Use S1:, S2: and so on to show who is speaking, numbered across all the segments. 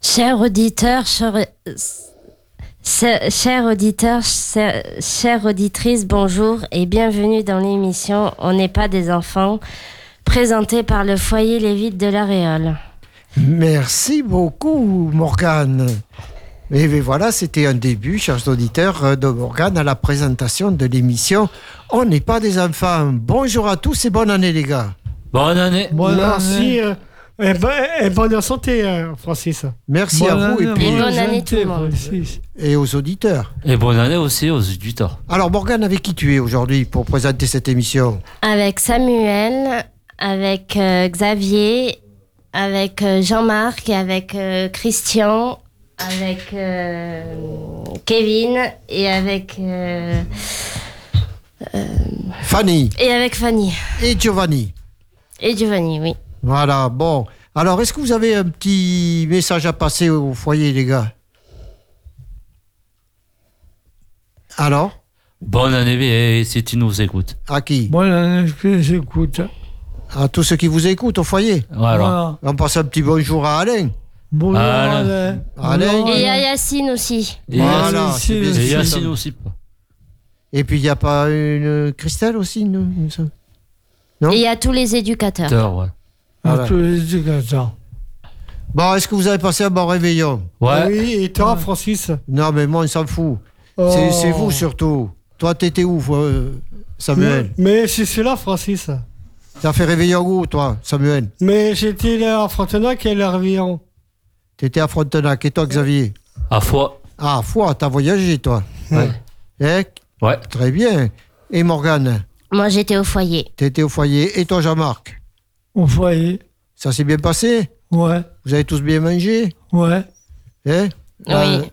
S1: Cher auditeur, cher, cher- cher auditeur, cher- chère auditrice, bonjour et bienvenue dans l'émission On n'est pas des enfants, présentée par le foyer Lévite de l'Aréole.
S2: Merci beaucoup, Morgane. Et bien voilà, c'était un début, chers auditeurs, euh, de Morgane à la présentation de l'émission On n'est pas des enfants. Bonjour à tous et bonne année, les gars.
S3: Bonne année.
S4: Bonne
S5: Merci.
S4: année.
S5: euh, et, bo- et bonne santé, euh,
S2: Oh,
S5: Francis.
S2: Merci
S4: Bonne
S2: à vous et,
S4: année,
S2: puis- euh,
S1: bonne année, tout le monde.
S4: Francis.
S2: et aux auditeurs.
S3: Et bonne année aussi aux auditeurs.
S2: Alors, Morgane, avec qui tu es aujourd'hui pour présenter cette émission
S1: Avec Samuel, avec euh, Xavier, avec euh, Jean-Marc et avec euh, Christian, avec euh, Kevin et avec, euh,
S2: Fanny
S1: et avec Fanny.
S2: et Giovanni.
S1: Et Giovanni, oui.
S2: Voilà, bon. Alors, est-ce que vous avez un petit message à passer au foyer, les gars Alors
S3: Bonne année et si tu nous écoutes.
S2: À qui
S4: Bonne année, que j'écoute.
S2: À tous ceux qui vous écoutent au foyer
S3: Voilà.
S4: Voilà.
S2: On passe un petit bonjour à Alain. Ah,
S4: Bonjour,
S3: Alain.
S4: Alain.
S2: Alain.
S4: Bonjour,
S1: Et à
S4: Alain.
S1: Yacine aussi.
S3: Et
S2: Voilà,
S3: Yacine-
S4: Yacine
S2: c'est bien.
S3: et
S4: aussi.
S3: Yacine aussi.
S2: Et puis, il n'y a pas une Christelle aussi nous, nous sommes- Non.
S1: Et à tous les éducateurs.
S3: Docteur, ouais.
S4: À
S2: Voilà.
S4: Ah, tous les éducateurs.
S2: Bon, est-ce que vous avez passé un bon réveillon
S3: Ouais.
S5: Oui, et toi, Francis
S2: Non, mais moi, on s'en fout. C'est-
S5: Oh.
S2: C'est vous surtout. Toi, t'étais où, euh, Samuel
S5: Mais je suis là, Francis.
S2: T'as fait réveillon où, toi, Samuel
S5: Mais j'étais là à Frontenac et à Révillon.
S2: T'étais à Frontenac. Et toi, Xavier
S3: À foi.
S2: Ah, foi, t'as voyagé, toi.
S3: Ouais.
S2: Eh,
S3: Ouais.
S2: très bien. Et Morgane,
S1: Moi, j'étais au foyer.
S2: t'étais au foyer. Et toi, Jean-Marc
S4: Au foyer.
S2: Ça s'est bien passé
S4: Ouais,
S2: Vous avez tous bien mangé
S4: ouais,
S2: Eh la,
S1: Oui.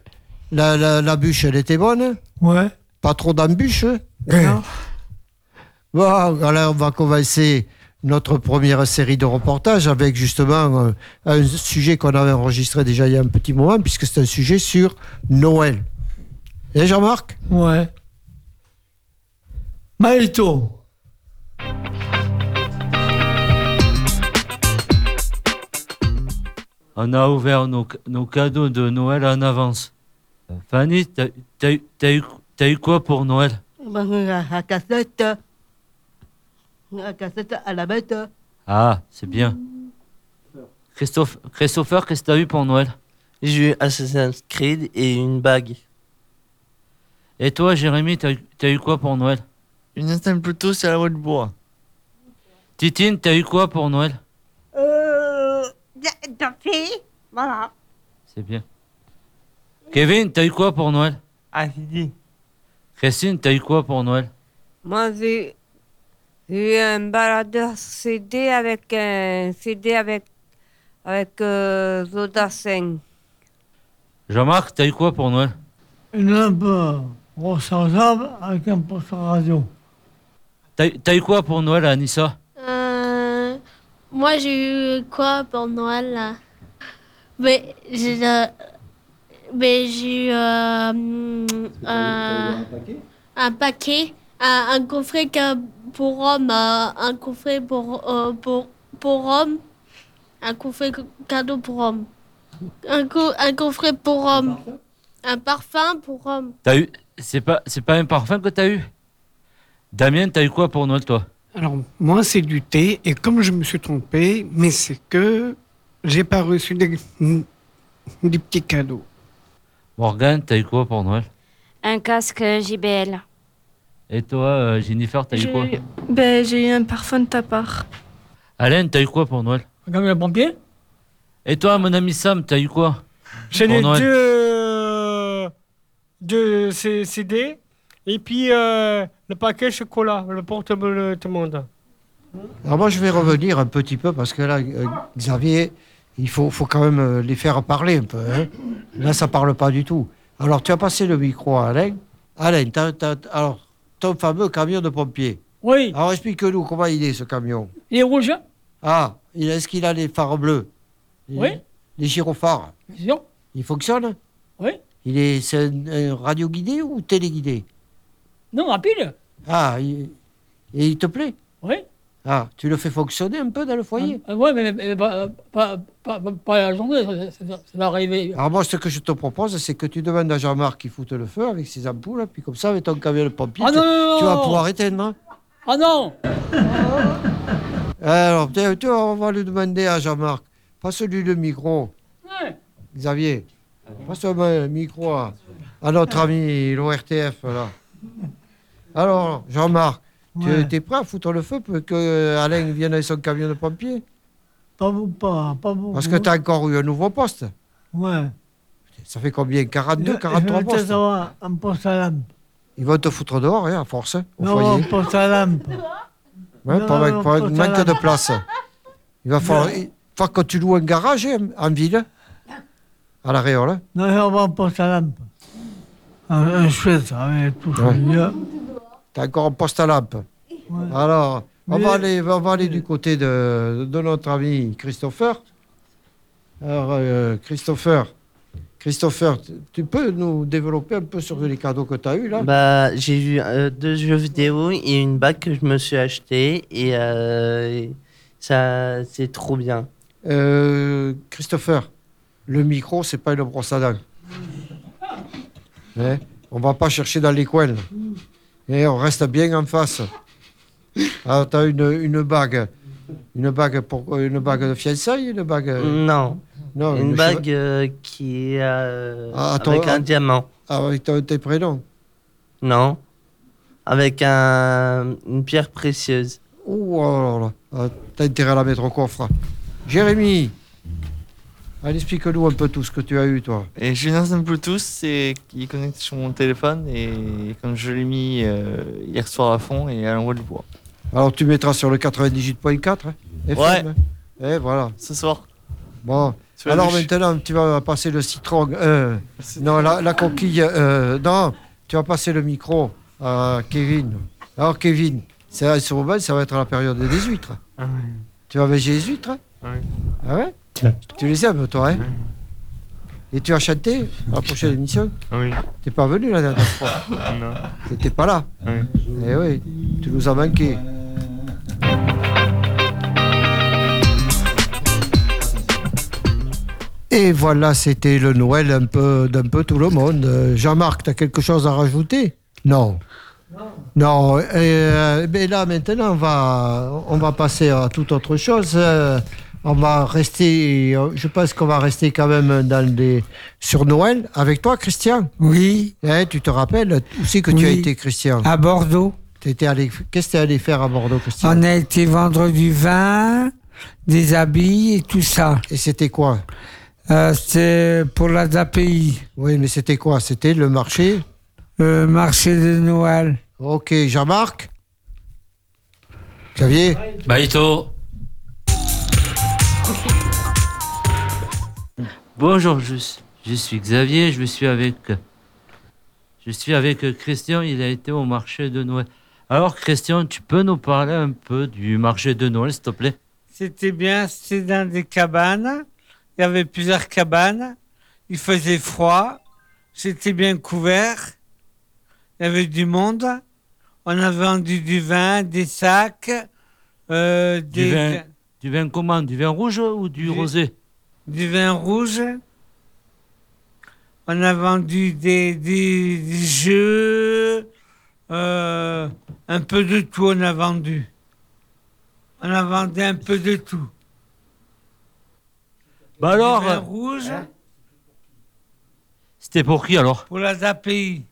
S2: la, la- la bûche, elle était bonne
S4: ouais.
S2: Pas trop d'embûches Bon, alors on va commencer notre première série de reportages avec justement euh, un sujet qu'on avait enregistré déjà il y a un petit moment, puisque c'est un sujet sur Noël. Et Jean-Marc
S4: Ouais. Maïto.
S3: On a ouvert nos, nos cadeaux de Noël en avance. Fanny, t'as t'as eu- t'as eu, t'as eu quoi pour Noël
S6: Bằng à, Bah, à cassette. À cassette à la bête.
S3: Ah, c'est bien. Christophe, Christopher, qu'est-ce que t'as eu pour Noël
S7: J'ai eu Assassin's Creed et une bague.
S3: Et toi, Jérémy, t'as eu- t'as eu quoi pour Noël
S7: Une installe plutôt sur la voie de bois.
S3: Titine, t'as eu quoi pour Noël
S8: Euh. D'un pays Voilà.
S3: C'est bien. Kevin, t'as eu quoi pour Noël
S7: Ah, c'est dit.
S3: Christine, t'as eu quoi pour Noël
S8: Moi, j'ai j'ai eu un baladeur CD avec un CD avec. avec euh, Zoda 5.
S3: Jean-Marc, t'as eu quoi pour Noël
S4: Une lampe rechargeable avec un poste radio.
S3: T'as t'as eu quoi pour Noël, Anissa
S9: Euh, moi, j'ai eu quoi pour Noël là Mais j'ai euh, mais j'ai eu euh, hum, euh, un paquet, un, un coffret que- pour homme, euh, un coffret pour euh, pour pour homme, un coffret c- cadeau pour homme, un co- un coffret pour homme, un parfum pour homme.
S3: T'as eu C'est pas c'est pas un parfum que t'as eu Damien, t'as eu quoi pour Noël, toi
S10: Alors, moi, c'est du thé, et comme je me suis trompé, mais c'est que j'ai pas reçu des, mm, des petits cadeaux.
S3: Morgane, t'as eu quoi pour Noël
S8: Un casque JBL.
S3: Et toi, euh, Jennifer, t'as eu quoi
S9: Ben, j'ai eu un parfum de ta part.
S3: Alain, t'as eu quoi pour Noël
S4: Regarde les pompiers.
S3: Et toi, mon ami Sam, t'as eu quoi
S5: J'ai
S3: Bon
S5: les
S3: Noël.
S2: euh,
S5: deux, deux C- CD et puis euh, le paquet chocolat, le porte-monnaie tout le monde.
S2: Alors moi, je vais revenir un petit peu, parce que là, euh, Xavier, il faut, faut quand même euh, les faire parler un peu. hein. Là, ça parle pas du tout. Alors, tu as passé le micro à Alain. Alain, t'as- t'as- alors, ton fameux camion de pompier.
S4: Oui,
S2: Alors, explique-nous comment il est, ce camion.
S4: il est rouge, hein
S2: Ah, il- est-ce qu'il a les phares bleus Les-
S4: Oui.
S2: Les gyrophares,
S4: c'est sûr.
S2: ils fonctionnent
S4: Oui.
S2: Il est, c'est un, un radio guidé ou téléguidé
S4: Non, rapide.
S2: Ah, il- et il te plaît
S4: Oui.
S2: Ah, tu le fais fonctionner un peu dans le foyer
S11: Euh, ouais, mais, mais pas, pas, pas, pas- pas la journée, ça- ça, ça- ça va arriver.
S2: Alors moi, ce que je te propose, c'est que tu demandes à Jean-Marc qu'il foute le feu avec ses ampoules, puis comme ça, avec ton camion de pompier,
S11: Ah
S2: tu,
S11: non, non, non,
S2: tu vas
S11: non.
S2: pouvoir éteindre. hein.
S11: Ah non
S2: Alors, tu- tu- on va lui demander à Jean-Marc, passe-lui le micro,
S11: Ouais.
S2: Xavier. Passe le micro à, à notre
S11: Ah.
S2: ami l'ORTF, là. Alors, Jean-Marc, tu
S4: Ouais.
S2: es prêt à foutre le feu pour que euh, Alain vienne avec son camion de pompier
S4: Pas bon, pas, pas bon.
S2: Parce que tu as encore eu un nouveau poste.
S4: Ouais.
S2: Ça fait combien 42,
S4: Je
S2: 43
S4: vais te
S2: postes
S4: savoir un poste à lampe.
S2: Ils vont te foutre dehors, hein, à force, hein, au
S4: Non, un
S2: foyer.
S4: poste à lampe.
S2: Ouais,
S4: non,
S2: pas mal-
S4: non,
S2: pas-
S4: faut
S2: manque
S4: ça, là.
S2: de place. Il va falloir, il- faut que tu loues un garage hein, en ville, à la Réole. hein.
S4: Non, je vais avoir un poste à lampe. Un, un chouette avec tout ça.
S2: Ouais.
S4: Bien.
S2: T'as encore un poste à lampe. Alors, on
S4: Mais-
S2: va aller, on va aller du côté de, de notre ami Christopher. Alors, euh, Christopher, Christopher, tu- tu peux nous développer un peu sur les cadeaux que tu as eus là
S7: Bah, j'ai eu euh, deux jeux vidéo et une bague que je me suis acheté et euh, ça, c'est trop bien.
S2: Euh, Christopher, le micro, c'est pas une brosse à dents. Hein on va pas chercher dans les coins. Et on reste bien en face. Alors, t'as une, une bague. Une bague, pour, euh, une bague de fiançailles Une bague. euh,
S7: Non.
S2: Non,
S7: une
S2: une
S7: bague euh, qui est euh,
S2: Ah, attends,
S7: avec
S2: ah,
S7: un diamant.
S2: Avec ton- tes prénoms
S7: Non. Avec un, une pierre précieuse.
S2: Oh là là là. Ah, T'as intérêt à la mettre au coffre. Jérémy, allez, explique-nous un peu tout ce que tu as eu, toi.
S7: Et j'ai un simple Bluetooth c'est qui connecte sur mon téléphone et comme je l'ai mis euh, hier soir à fond et elle envoie le bois.
S2: Alors, tu mettras sur le 98.4 hein, FM,
S7: Ouais.
S2: hein. Et voilà.
S7: Ce soir.
S2: Bon.
S7: Sur la
S2: Alors
S7: douche.
S2: maintenant, tu vas passer le citron. euh, non, la, la coquille. euh, non, tu vas passer le micro à Kevin. Alors, Kevin, ça, ce moment, ça va être la période des huîtres. Tu vas manger les huîtres hein Ah ouais Tu les aimes, toi, hein Et tu as chanté à la prochaine émission
S7: Oui.
S2: T'es pas venu la dernière fois
S7: Non.
S2: T'étais pas là Eh oui, tu nous as manqué. Et voilà, c'était le Noël un peu d'un peu tout le monde. Euh, Jean-Marc, tu as quelque chose à rajouter Non. Non, et, euh, mais là maintenant on va on va passer à toute autre chose. Euh, on va rester, euh, je pense qu'on va rester quand même dans des sur Noël avec toi, Christian. Eh,
S12: Oui.
S2: tu te rappelles où c'est que tu as
S12: Oui.
S2: été, Christian
S12: À Bordeaux.
S2: T'étais allé, qu'est-ce que t'es allé faire à Bordeaux, Christian
S12: On a été vendre du vin, des habits et tout ça.
S2: Et c'était quoi
S12: C'était pour la DAPI.
S2: Oui, mais c'était quoi C'était le marché
S12: Le marché de Noël.
S2: Ok, Jean-Marc Xavier
S3: Baïto. Bonjour, je, suis- je suis Xavier, je suis avec. Je suis avec Christian, il a été au marché de Noël. Alors, Christian, tu peux nous parler un peu du marché de Noël, s'il te plaît
S13: C'était bien, c'était dans des cabanes. Il y avait plusieurs cabanes. Il faisait froid. C'était bien couvert. Il y avait du monde. On a vendu du vin, des sacs, euh,
S3: du
S13: des,
S3: vin, du vin comment Du vin rouge ou du rosé
S13: du vin rouge. On a vendu des, des- des jeux, euh, un peu de tout on a vendu. On a vendu un peu de tout.
S3: Bah alors,
S13: Du vin
S3: euh,
S13: rouge
S3: C'était pour qui alors
S13: pour la API.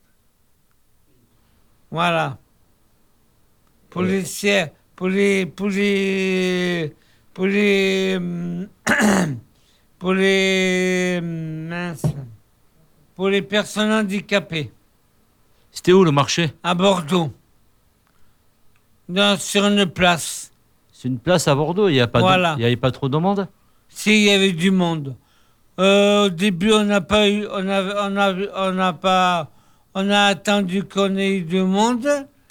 S13: Voilà. Pour les siens, pour les, pour les, pour les, hum, pour les, hum, mince, pour les personnes handicapées
S3: C'était où le marché
S13: à Bordeaux, dans, sur une place.
S3: C'est une place à Bordeaux, il n'y a pas de-
S13: Voilà.
S3: il y avait pas trop de monde
S13: S'il y avait du monde. Euh, au début, on n'a pas eu, on a, on a, on a pas, on a attendu qu'on ait eu du monde.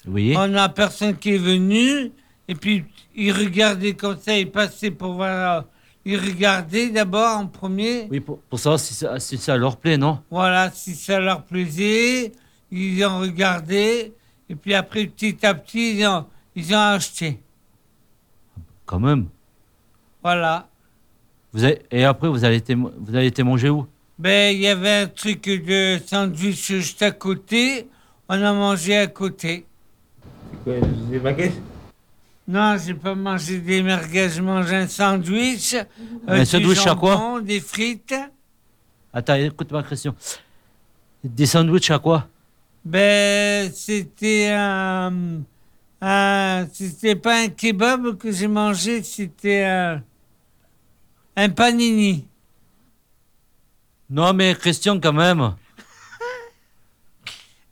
S3: Oui.
S13: On a personne qui est venu. Et puis, il regardait comme ça, il passait pour voir. Il regardait d'abord en premier.
S3: Oui, pour, pour savoir si ça, si ça leur plaît, non
S13: Voilà, si ça leur plaisait, ils ont regardé. Et puis après, petit à petit, ils ont, ils ont acheté.
S3: Quand même.
S13: Voilà.
S3: Vous avez- Et après, vous allez, été... vous allez été manger où
S13: Ben, il y avait un truc de sandwich juste à côté. On a mangé à côté.
S14: Des baguettes
S13: Non, j'ai pas mangé des merguez, j'ai mangé un sandwich. euh,
S3: Un
S13: du
S3: sandwich à quoi
S13: jambon, Des frites.
S3: Attends, écoute ma question. Des sandwichs à quoi
S13: Ben, c'était un. un- c'était pas un kebab que j'ai mangé, c'était un- un panini.
S3: Non, mais Christian, quand même.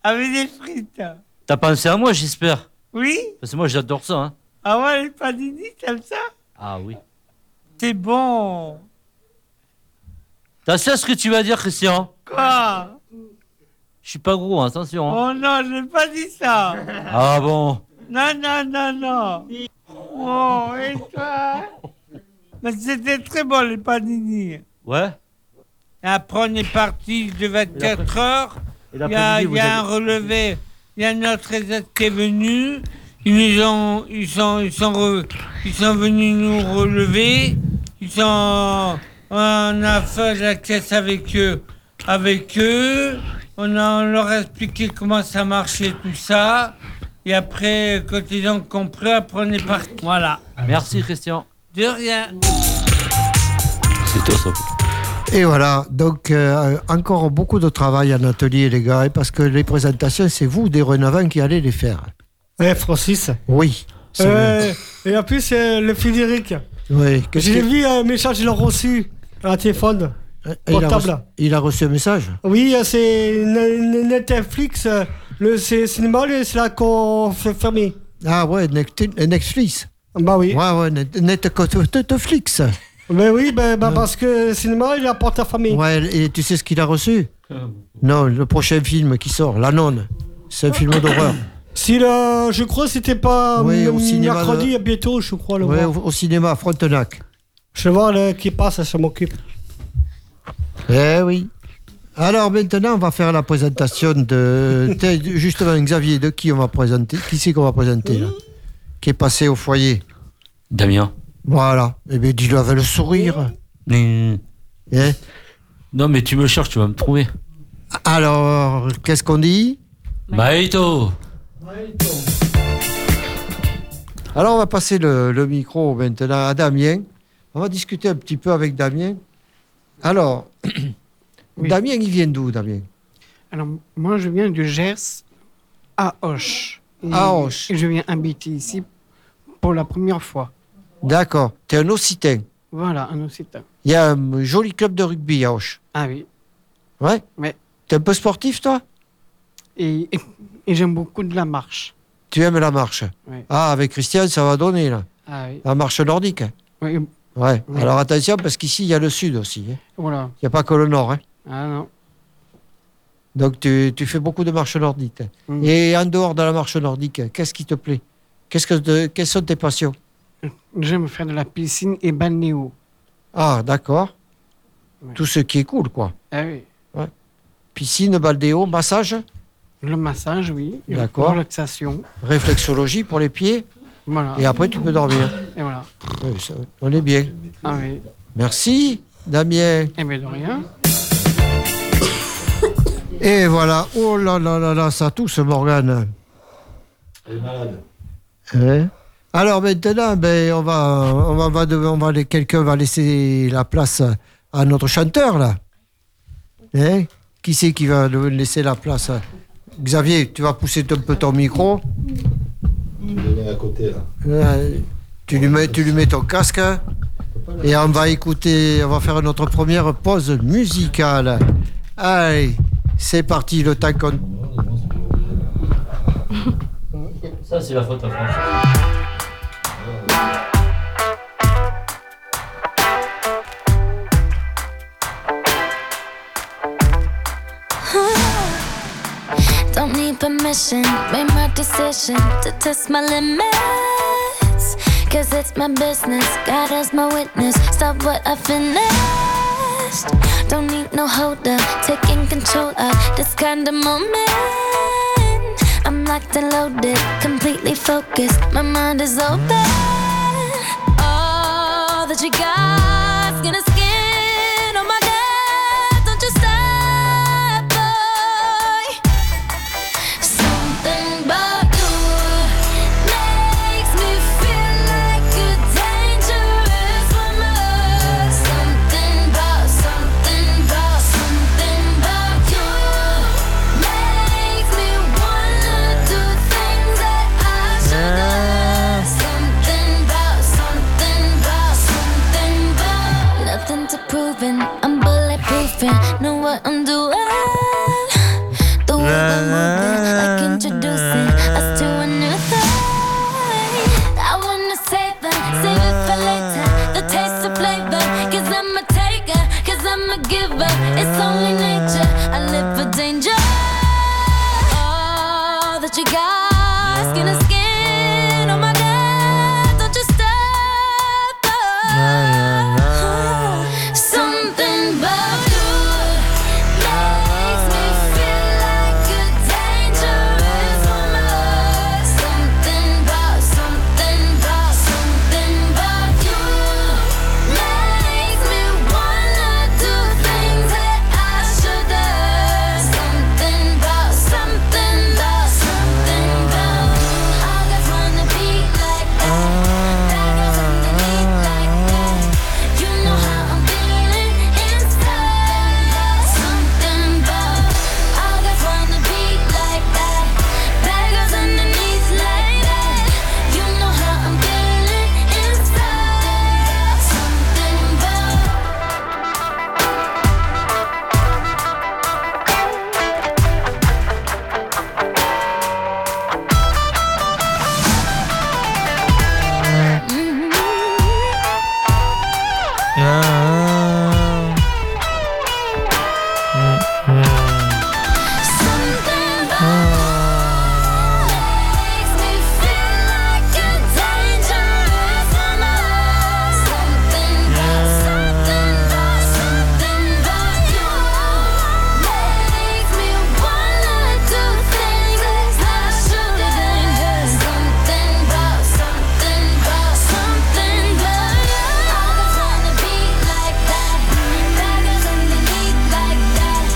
S13: Avec des frites.
S3: T'as pensé à moi, j'espère.
S13: Oui
S3: Parce que moi, j'adore ça. hein.
S13: Ah ouais, les panini, t'aimes ça
S3: Ah oui.
S13: C'est bon.
S3: T'as ça ce que tu vas dire, Christian
S13: Quoi
S3: Je suis pas gros, hein, attention. hein.
S13: Oh non, j'ai pas dit ça.
S3: Ah bon
S13: Non, non, non, non. Oh, et toi Mais c'était très bon, les panini.
S3: Ouais
S13: Après, on est parti de 24 heures.
S3: Et
S13: Il y a,
S3: l'après-midi, vous
S13: il y a un
S3: avez-
S13: relevé. Il y a notre aide qui est venu. Ils nous ont, ils sont, ils sont, re- ils sont venus nous relever. Ils sont, on a fait la caisse avec eux, avec eux. On, a- on leur a expliqué comment ça marchait tout ça. Et après, quand ils ont compris, après on est parti. Voilà.
S3: Merci, Christian.
S13: De rien.
S2: Et voilà, donc euh, encore beaucoup de travail en atelier, les gars, hein, parce que les présentations, c'est vous, dorénavant, qui allez les faire.
S5: Eh, Francis
S2: Oui. c'est-
S5: Euh, et en plus, euh, le Frédéric.
S2: Oui, qu'est-ce
S5: J'ai
S2: que-
S5: vu euh, un message, il l'a reçu à un téléphone
S2: Et Ah, il, a reçu,
S5: portable.
S2: il a reçu un message.
S5: Oui, euh, c'est une- une- Netflix. euh, Le c'est cinéma, le- c'est là qu'on fait fermer.
S2: Ah ouais, Nect- Netflix.
S5: Bah oui.
S2: Ouais, ouais, Net- Net- Netflix.
S5: Mais oui, ben, ben, parce que le cinéma, il apporte la famille.
S2: Ouais, et tu sais ce qu'il a reçu Non, le prochain film qui sort, La Nonne. C'est un film d'horreur.
S5: Si le, je crois que c'était pas
S2: Oui, au
S5: m-
S2: cinéma
S5: mercredi,
S2: de-
S5: bientôt, je crois, le
S2: Ouais,
S5: voir.
S2: au, au cinéma, à Frontenac.
S5: Je vois le, qui passe, ça m'occupe.
S2: Eh oui. Alors maintenant, on va faire la présentation de. Tiens, Justement, Xavier, de qui on va présenter Qui c'est qu'on va présenter là Qui est passé au foyer
S3: Damien.
S2: Voilà. Eh bien, dis-le avec le sourire.
S3: Mmh. Eh. Non, mais tu me cherches, tu vas me trouver.
S2: Alors, qu'est-ce qu'on dit
S3: Maïto
S2: Alors, on va passer le, le micro maintenant à Damien. On va discuter un petit peu avec Damien. Alors, Damien, il vient d'où, Damien
S10: Alors, moi, je viens du Gers à Hoche. Et-
S2: À Auch.
S10: Et je viens habiter ici pour la première fois.
S2: D'accord. Tu es un Occitan.
S10: Voilà, un Occitan.
S2: Il y a un joli club de rugby à Auch.
S10: Ah oui.
S2: Ouais
S10: Ouais.
S2: T'es un peu sportif, toi
S10: Et, et- et j'aime beaucoup de la marche.
S2: Tu aimes la marche
S10: Ouais.
S2: Ah, avec Christian, ça va donner, là.
S10: Ah oui.
S2: La marche nordique. hein.
S10: Oui,
S2: Ouais.
S10: Oui.
S2: Alors attention, parce qu'ici, il y a le sud aussi. hein.
S10: Voilà.
S2: Il n'y a pas que le nord. hein.
S10: Ah non.
S2: Donc, tu, tu fais beaucoup de marche nordique.
S10: Mm.
S2: Et en dehors de la marche nordique, qu'est-ce qui te plaît Qu'est-ce que te- Quelles sont tes passions
S10: J'aime faire de la piscine et balnéo.
S2: Ah, d'accord.
S10: Ouais.
S2: Tout ce qui est cool, quoi.
S10: Ah oui.
S2: Piscine, baldéo, massage,
S10: Le massage, oui. Et
S2: D'accord.
S10: La relaxation.
S2: réflexologie pour les pieds.
S10: Voilà.
S2: Et après, tu peux dormir.
S10: Et voilà.
S2: Oui, ça- on est bien.
S10: Ah oui.
S2: Merci, Damien.
S10: Eh bien, de rien.
S2: Et voilà. Oh là là là là, ça tousse, Morgane.
S14: Elle est malade.
S2: Hein Alors maintenant, ben, on va, on va, on va, on va aller- quelqu'un va laisser la place à notre chanteur là. Hein qui c'est qui va le- laisser la place à- Xavier, tu vas pousser un peu ton micro.
S14: Tu le mets à côté, là.
S2: Euh, tu lui mets, tu lui mets ton casque hein, et on va écouter, on va faire notre première pause musicale. Allez, c'est parti, le temps qu'on
S3: Ça, c'est la faute à France.
S15: Don't need permission, made my decision to test my limits. Cause it's my business, God is my witness. Stop what I finished. Don't need no holder, taking control of this kind of moment. I'm locked and loaded, completely focused. My mind is open. that you got's gonna skin on my dad. Don't you stop, boy. Something about you makes me feel like a dangerous woman. Something about, something about, something about you makes me wanna do things that I shouldn't. Something about, something about, something about. Nothing to proving, I'm bulletproofing. Know what I'm doing. The way we're moving, like introducing us to a new thing. I wanna save it, save it for later. The taste of flavor, cause I'm a taker, cause I'm a giver. It's only nature, I live for danger. All that you got, skin to skin. Oh my god, don't you stop. Ah. Something about you makes me feel like a dangerous woman. Something about, something about, something about you makes me wanna do things that I shouldn't. Something about, something about, something about you. All guys wanna be like that. That girl's underneath like that. You know how I'm feeling inside. Something about all guys wanna be like that. That girl's underneath like that. You know how I'm feeling inside. Something about. Something makes me feel like a dangerous woman. Something about, something about, something about you makes me wanna do things I shouldn't. Something about, something about, something about you. All that's wanna be like that. That girl's underneath like that.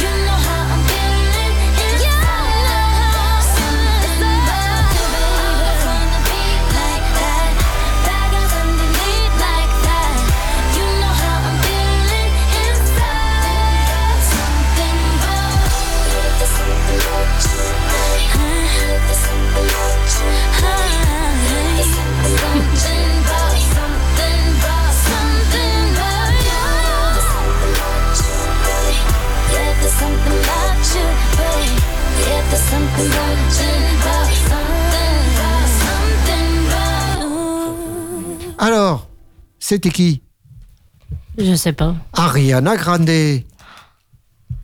S15: You know how I'm feeling inside. Something about you, baby. Wanna be like that. That girl's underneath like that. You know how I'm feeling inside. Something about you. There's something about you. There's something about you. There's something about, something about, something about you. Yeah, there's something about you, babe. Yeah, there's something about you, about something, about something about
S2: Alors, c'était qui
S1: Je sais pas.
S2: Ariana Grande.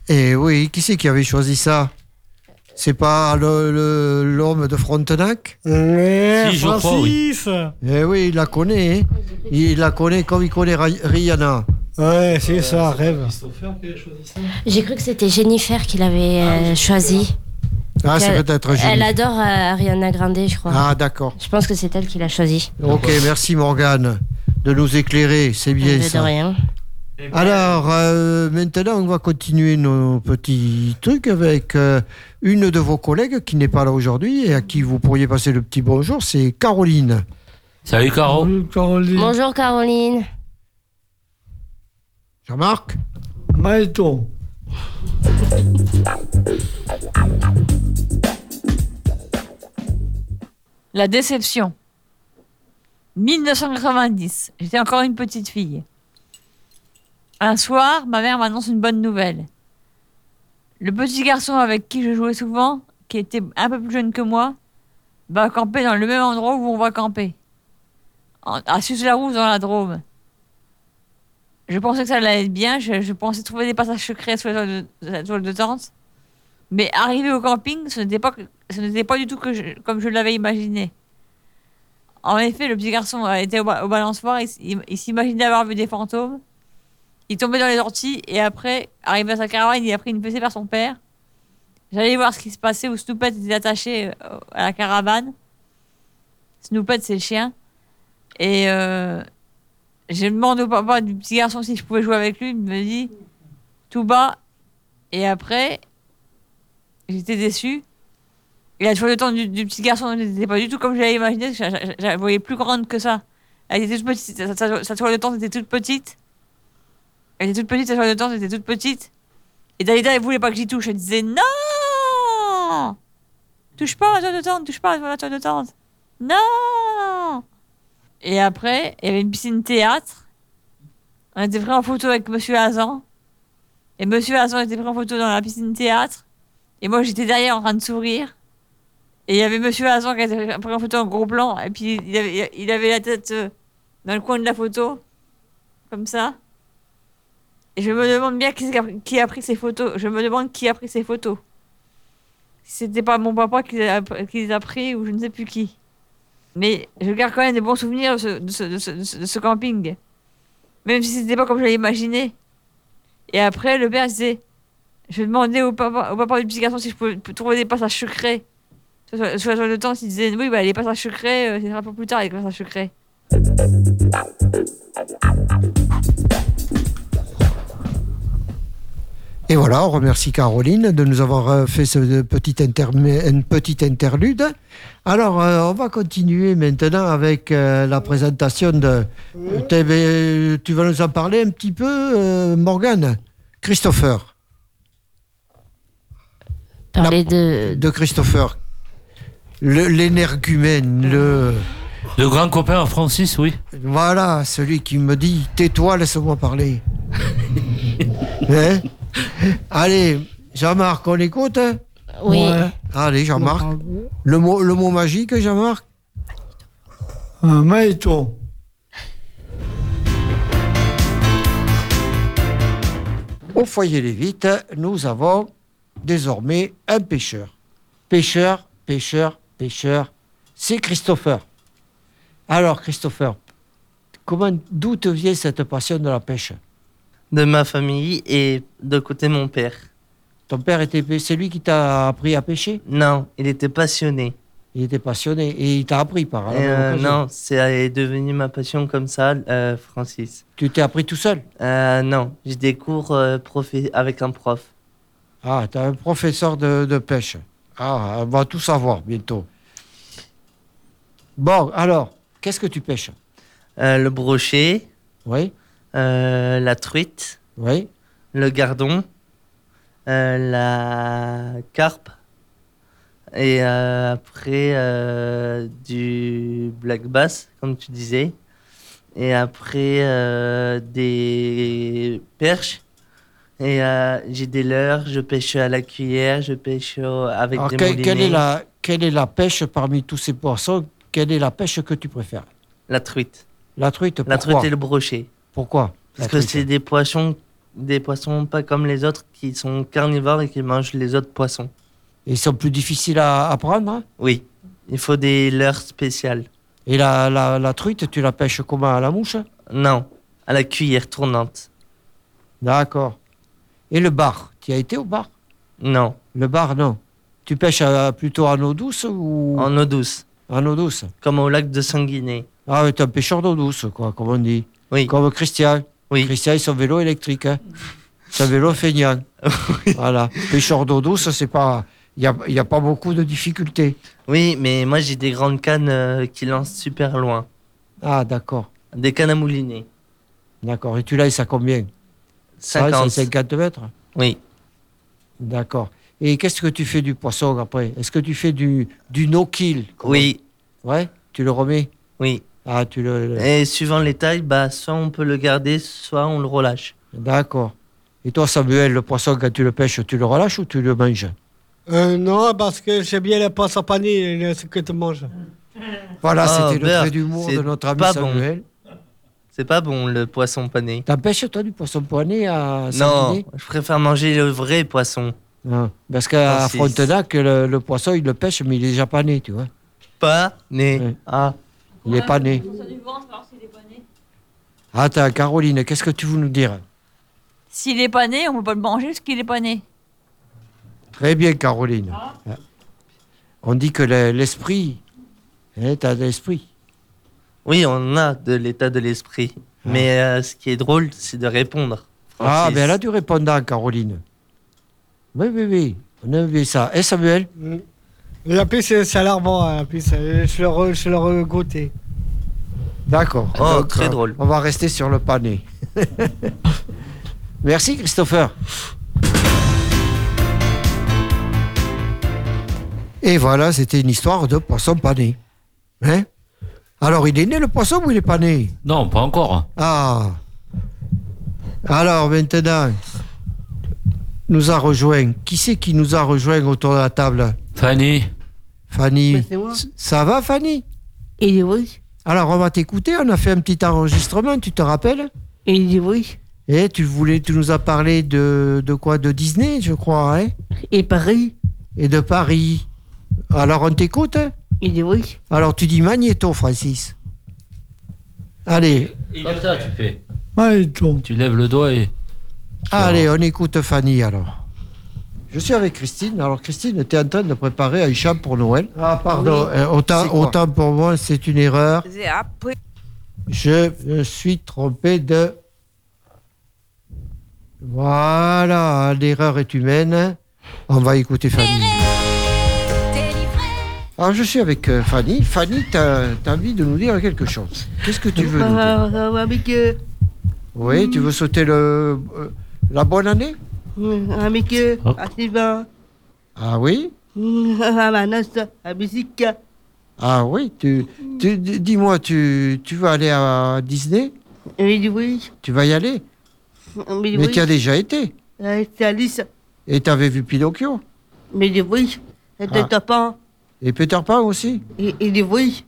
S2: Eh oui, qui c'est qui avait choisi ça C'est pas le- le- l'homme de Frontenac
S5: Eh, Francis
S2: Eh oui, il la connaît. hein. Il la connaît comme il connaît Ri- Rihanna. Ouais, c'est ça, rêve.
S1: J'ai cru que c'était Jennifer qui l'avait euh, choisi.
S2: Ah, c'est
S1: Elle-
S2: peut-être
S1: Elle
S2: Jennifer.
S1: adore euh, Ariana Grande, je crois.
S2: Ah, d'accord.
S1: Je pense que c'est elle qui l'a choisi.
S2: Ok, merci Morgane de nous éclairer, c'est bien
S1: de
S2: ça.
S1: rien.
S2: Alors, euh, maintenant, on va continuer nos petits trucs avec euh, une de vos collègues qui n'est pas là aujourd'hui et à qui vous pourriez passer le petit bonjour, c'est Caroline.
S3: Salut Caro.
S1: Bonjour Caroline.
S2: Jean-Marc
S4: Maëto.
S16: La déception. 1990. J'étais encore une petite fille. Un soir, ma mère m'annonce une bonne nouvelle. Le petit garçon avec qui je jouais souvent, qui était un peu plus jeune que moi, va camper dans le même endroit où on va camper. En- à Sus-la-Rousse, dans la Drôme. Je pensais que ça allait être bien. Je, je pensais trouver des passages secrets sous la toile de, la toile de tente. Mais arrivé au camping, ce n'était pas, que- ce n'était pas du tout que je- comme je l'avais imaginé. En effet, le petit garçon euh, était au, ba- au balançoire, il, s- il- il s'imaginait avoir vu des fantômes. Il tombait dans les orties et après, arrivé à sa caravane, il a pris une PC par son père. J'allais voir ce qui se passait où Snoopette était attaché euh, à la caravane. Snoopette, c'est le chien. Et euh, je demande au papa du petit garçon si je pouvais jouer avec lui. Il me dit tout bas. Et après, j'étais déçue. Et la toile de temps du, du petit garçon n'était pas du tout comme je l'avais imaginé. parce que Je je- je la voyais plus grande que ça. Elle était toute petite. Sa, sa- sa toile de temps était toute petite. Elle était toute petite, sa toile de temps était toute petite. Et Dalida, elle voulait pas que j'y touche. Elle disait non Touche pas à la toile de tente, touche pas à la toile de tente. Non Et après, il y avait une piscine théâtre. On était pris en photo avec Monsieur Hazan. Et Monsieur Hazan était pris en photo dans la piscine théâtre. Et moi, j'étais derrière en train de sourire. Et il y avait Monsieur Hazan qui était pris en photo en gros plan. Et puis, il avait, il avait la tête euh, dans le coin de la photo. Comme ça. Et je me demande bien qui, a, qui a pris ces photos. Je me demande qui a pris ces photos. Si c'était pas mon papa qui les, a, qui les a pris ou je ne sais plus qui. Mais je garde quand même des bons souvenirs de ce, de ce- de ce- de ce- de ce camping. Même si c'était pas comme je l'avais imaginé. Et après, le père disait Je demandais au papa, au papa du petit garçon si je pouvais pouvais trouver des passages secrets. Soit, soit, soit le temps, il disait Oui, bah, les passages secrets, euh, c'est un peu plus tard les passages secrets.
S2: Et voilà, on remercie Caroline de nous avoir euh, fait ce petit, intermé- une petite interlude. Alors, euh, on va continuer maintenant avec euh, la présentation de... T'es- ben, Tu vas nous en parler un petit peu, euh, Morgane Christopher.
S1: Parler de...
S2: De Christopher. Le- L'énergumène, le...
S3: Le grand copain Francis, oui.
S2: Voilà, celui qui me dit tais-toi, laisse-moi parler. Hein Allez, Jean-Marc, on écoute hein
S1: Oui. Ouais.
S2: Allez, Jean-Marc. Le mot, le mot magique, Jean-Marc
S4: Un maïto.
S2: Au foyer Lévite, nous avons désormais un pêcheur. Pêcheur, pêcheur, pêcheur, c'est Christopher. Alors, Christopher, comment, d'où te vient cette passion de la pêche
S7: De ma famille et de côté mon père.
S2: Ton père était, c'est lui qui t'a appris à pêcher
S7: Non, il était passionné.
S2: Il était passionné et il t'a appris par la même
S7: Euh,
S2: occasion.
S7: non, c'est elle est devenu ma passion comme ça, euh, Francis. Euh,
S2: Tu t'es appris tout seul
S7: Non, j'ai des cours euh, profi- avec un prof.
S2: Ah, t'as un professeur de, de pêche. Ah, on va tout savoir bientôt. Bon, alors, qu'est-ce que tu pêches
S7: Euh, le brochet. euh,
S2: Oui.
S7: la truite.
S2: Oui.
S7: Le gardon. euh, la carpe. Et euh, après, euh, du black bass, comme tu disais. Et après, euh, des perches. Et euh, j'ai des leurres, je pêche à la cuillère, je pêche au- avec
S2: Alors,
S7: des
S2: que- quelle, est
S7: moulinets.
S2: la, quelle est la pêche parmi tous ces poissons Quelle est la pêche que tu préfères
S7: La truite.
S2: La truite, pourquoi
S7: La truite et le brochet.
S2: Pourquoi La
S7: Parce que
S2: truite.
S7: c'est des poissons, des poissons pas comme les autres qui sont carnivores et qui mangent les autres poissons.
S2: Ils sont plus difficiles à, à prendre hein
S7: Oui, il faut des leurres spéciales.
S2: Et la, la, la truite, tu la pêches comment À la mouche
S7: Non, à la cuillère tournante.
S2: D'accord. Et le bar Tu y as été au bar
S7: Non.
S2: Le bar, non. Tu pêches euh, plutôt en eau douce ou
S7: En eau douce.
S2: En eau douce.
S7: Comme au lac de Sanguiné.
S2: Ah, mais t'es un pêcheur d'eau douce, quoi, comme on dit.
S7: Oui.
S2: Comme Christian.
S7: Oui.
S2: Christian, son vélo électrique. hein. Son vélo feignant. voilà. Pêcheur d'eau douce, c'est pas. Il n'y a, y a pas beaucoup de difficultés.
S7: Oui, mais moi j'ai des grandes cannes euh, qui lancent super loin.
S2: Ah, d'accord.
S7: Des cannes à mouliner.
S2: D'accord. Et tu l'as, ça combien Ça, c'est
S7: 50.
S2: 50 mètres
S7: Oui.
S2: D'accord. Et qu'est-ce que tu fais du poisson après Est-ce que tu fais du, du no-kill
S7: Oui.
S2: Ouais Tu le remets
S7: Oui.
S2: Ah, tu le.
S7: Et suivant les tailles, bah, soit on peut le garder, soit on le relâche.
S2: D'accord. Et toi, Samuel, le poisson, quand tu le pêches, tu le relâches ou tu le manges
S5: Euh, non, parce que j'aime bien les poissons panés, le- ce que tu manges.
S2: Voilà,
S7: Oh,
S2: c'était le
S7: beurre,
S2: trait d'humour
S7: c'est
S2: de notre ami
S7: pas bon.
S2: Samuel.
S7: C'est pas bon le poisson pané.
S2: T'en pêches, toi, du poisson poiné à
S7: Non,
S2: Saint-Denis
S7: je préfère manger le vrai poisson.
S2: Non, Parce qu'à
S7: Francis.
S2: Frontenac, le, le poisson, il le pêche, mais il est déjà pas né, tu vois.
S7: Pas né. Ah.
S2: Il n'est pas né. Attends, Caroline, qu'est-ce que tu veux nous dire
S16: S'il est pas né, on peut pas le manger parce qu'il est pas né.
S2: Très bien, Caroline. Ah. Eh, On dit que le- l'esprit, hein, t'as de l'esprit.
S7: Oui, on a de l'état de l'esprit. Mais euh, ce qui est drôle, c'est de répondre.
S2: Ah,
S7: Francis.
S2: ben elle a du répondant, Caroline. Oui, oui, oui. On a vu ça. Et Samuel
S5: La piste, c'est c'est alarmant, hein, la piste. Euh, Je leur, je leur goûté.
S2: D'accord.
S5: Oh, très drôle.
S2: On va rester sur le panier. Merci, Christopher. Et voilà, c'était une histoire de poisson pané. Hein Alors, il est né le poisson ou il est pas né
S3: Non, pas encore. hein.
S2: Ah. Alors maintenant, nous a rejoint. Qui c'est qui nous a rejoint autour de la table
S3: Fanny.
S2: Fanny.
S6: Mais c'est moi.
S2: S- Ça va, Fanny
S6: Il dit oui.
S2: Alors on va t'écouter. On a fait un petit enregistrement. Tu te rappelles
S6: Il dit oui.
S2: Et tu voulais, tu nous as parlé de, de quoi De Disney, je crois, hein
S6: Et Paris.
S2: Et de Paris. Alors on t'écoute. hein
S6: Il dit oui.
S2: Alors tu dis Magnéto, Francis. Allez,
S3: Comme ça, tu fais. Tu lèves le doigt et.
S2: Ah, Allez, on écoute Fanny alors. Je suis avec Christine. Alors Christine, tu es en train de préparer un chat pour Noël. Ah pardon,
S8: Oui.
S2: euh, autant,
S8: C'est quoi
S2: autant pour moi, c'est une erreur.
S8: J'ai appris.
S2: Je me suis trompé de... Voilà, l'erreur est humaine. On va écouter Fanny. Alors je suis avec euh, Fanny. Fanny, tu as, envie de nous dire quelque chose. Qu'est-ce que tu veux nous dire
S6: Avec, Bah, euh,
S2: Oui, tu veux sauter le, euh, la bonne année
S6: avec euh,
S2: Oh.
S6: à Sylvain,
S2: Ah oui
S6: à Manas, à musique.
S2: Ah oui, tu, tu- di- dis-moi, tu, tu vas aller à Disney
S6: Il dit oui.
S2: Tu vas y aller
S6: Mais, Euh,
S2: Mais tu as déjà été
S6: C'est Alice.
S2: et tu avais vu Pinocchio
S6: Mais il dit oui. C'est
S2: Ah.
S6: un tapin.
S2: et Peter Pan aussi.
S6: Il il dit oui.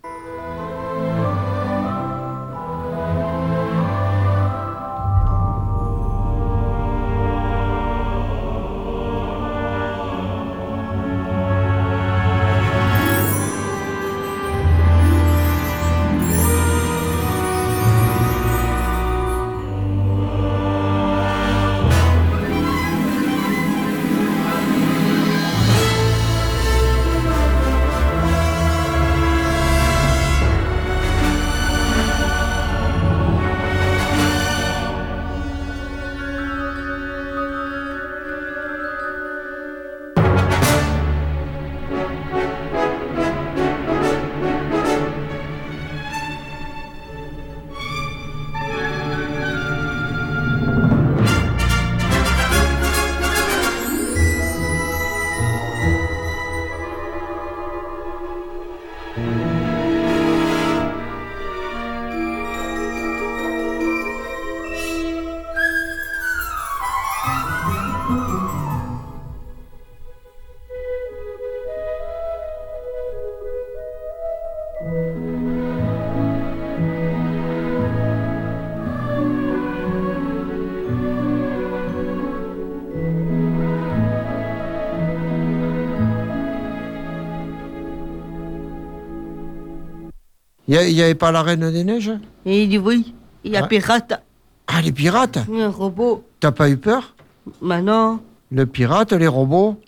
S2: Il n'y avait pas la Reine des Neiges
S6: Et il dit oui. Il y a
S2: Ah.
S6: pirate.
S2: Ah, les pirates
S6: Un robot. Bah,
S2: T'as pas eu peur
S6: Maintenant,
S2: Le pirate, les robots.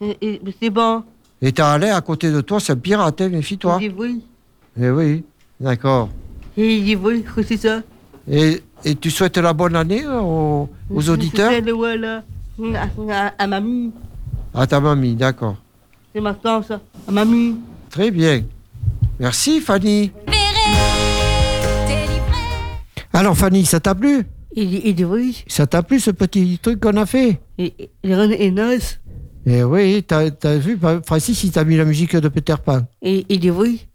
S6: c'est bon.
S2: Et t'as allé à côté de toi, c'est un pirate, hein, méfie-toi.
S6: Il dit oui.
S2: Eh oui, d'accord.
S6: Et il dit oui, que c'est ça.
S2: Et, et tu souhaites la bonne année euh, aux, aux auditeurs
S6: C'est le voilà. euh, À, à- à mamie.
S2: À ta mamie, d'accord.
S6: C'est maintenant ça. À mamie.
S2: Très bien. Merci Fanny. Alors Fanny, ça t'a plu
S6: Il dit, il dit oui.
S2: Ça t'a plu ce petit truc qu'on a fait
S6: Et, et, et Ren et Noz.
S2: Eh oui, t'as as vu, Francis, il t'a mis la musique de Peter Pan.
S6: Et il dit oui.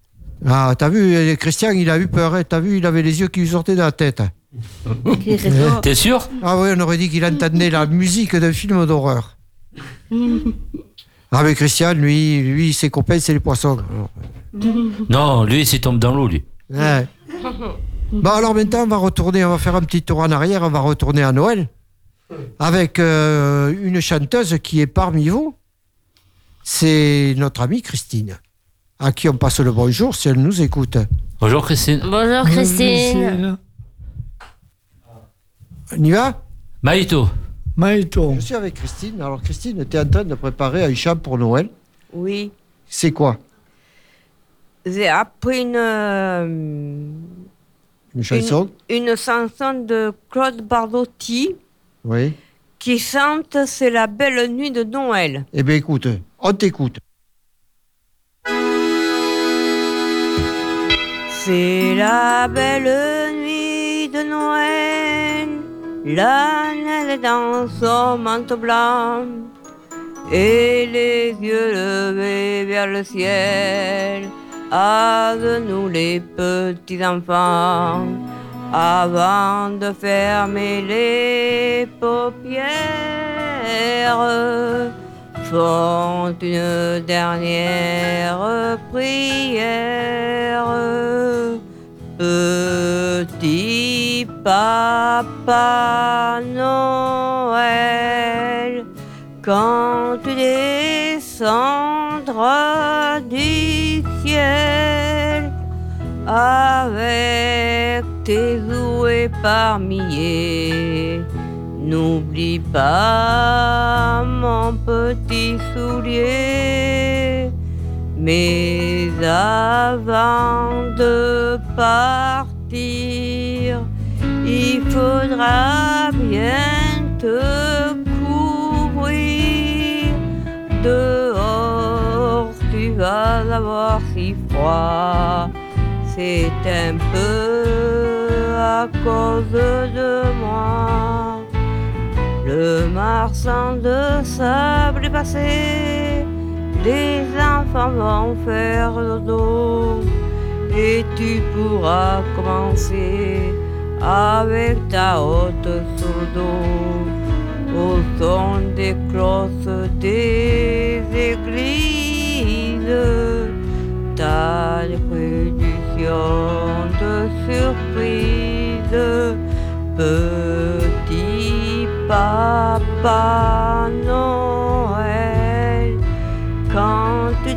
S2: Ah, t'as vu, euh, Christian, il a eu peur, hein, t'as vu, il avait les yeux qui lui sortaient de la tête.
S6: raison.
S3: T'es sûr
S2: Ah oui, on aurait dit qu'il entendait la musique d'un film d'horreur. Ah mais Christian, lui, lui ses copains, c'est les poissons. Alors,
S3: Non, lui, s'il tombe dans l'eau, lui.
S2: ouais. Bon, alors maintenant, on va retourner, on va faire un petit tour en arrière, on va retourner à Noël avec euh, une chanteuse qui est parmi vous. C'est notre amie Christine, à qui on passe le bonjour si elle nous écoute.
S3: Bonjour, Christine.
S1: Bonjour Christine.
S2: On y va
S3: Maïto.
S2: Je suis avec Christine. Alors, Christine, tu es en train de préparer un chat pour Noël.
S8: Oui.
S2: C'est quoi
S8: J'ai appris une, euh,
S2: Une chanson
S8: Une chanson de Claude Bardotti
S2: Oui.
S8: qui chante C'est la belle nuit de Noël.
S2: Eh bien, écoute, on t'écoute.
S8: C'est la belle nuit de Noël, la neige dans son manteau blanc, et les yeux levés vers le ciel, à nous les petits enfants, avant de fermer les paupières, font une dernière prière. Petit papa Noël, quand tu descendras du ciel avec tes jouets par milliers, n'oublie pas mon petit soulier. Mais avant de partir, il faudra bien te couvrir. Dehors, tu vas avoir si froid. C'est un peu à cause de moi. Le marsan de sable est passé. Les enfants vont faire le dos et tu pourras commencer avec ta haute sur le dos au son des cloches des églises. Ta production de surprise, petit papa Noël quand tu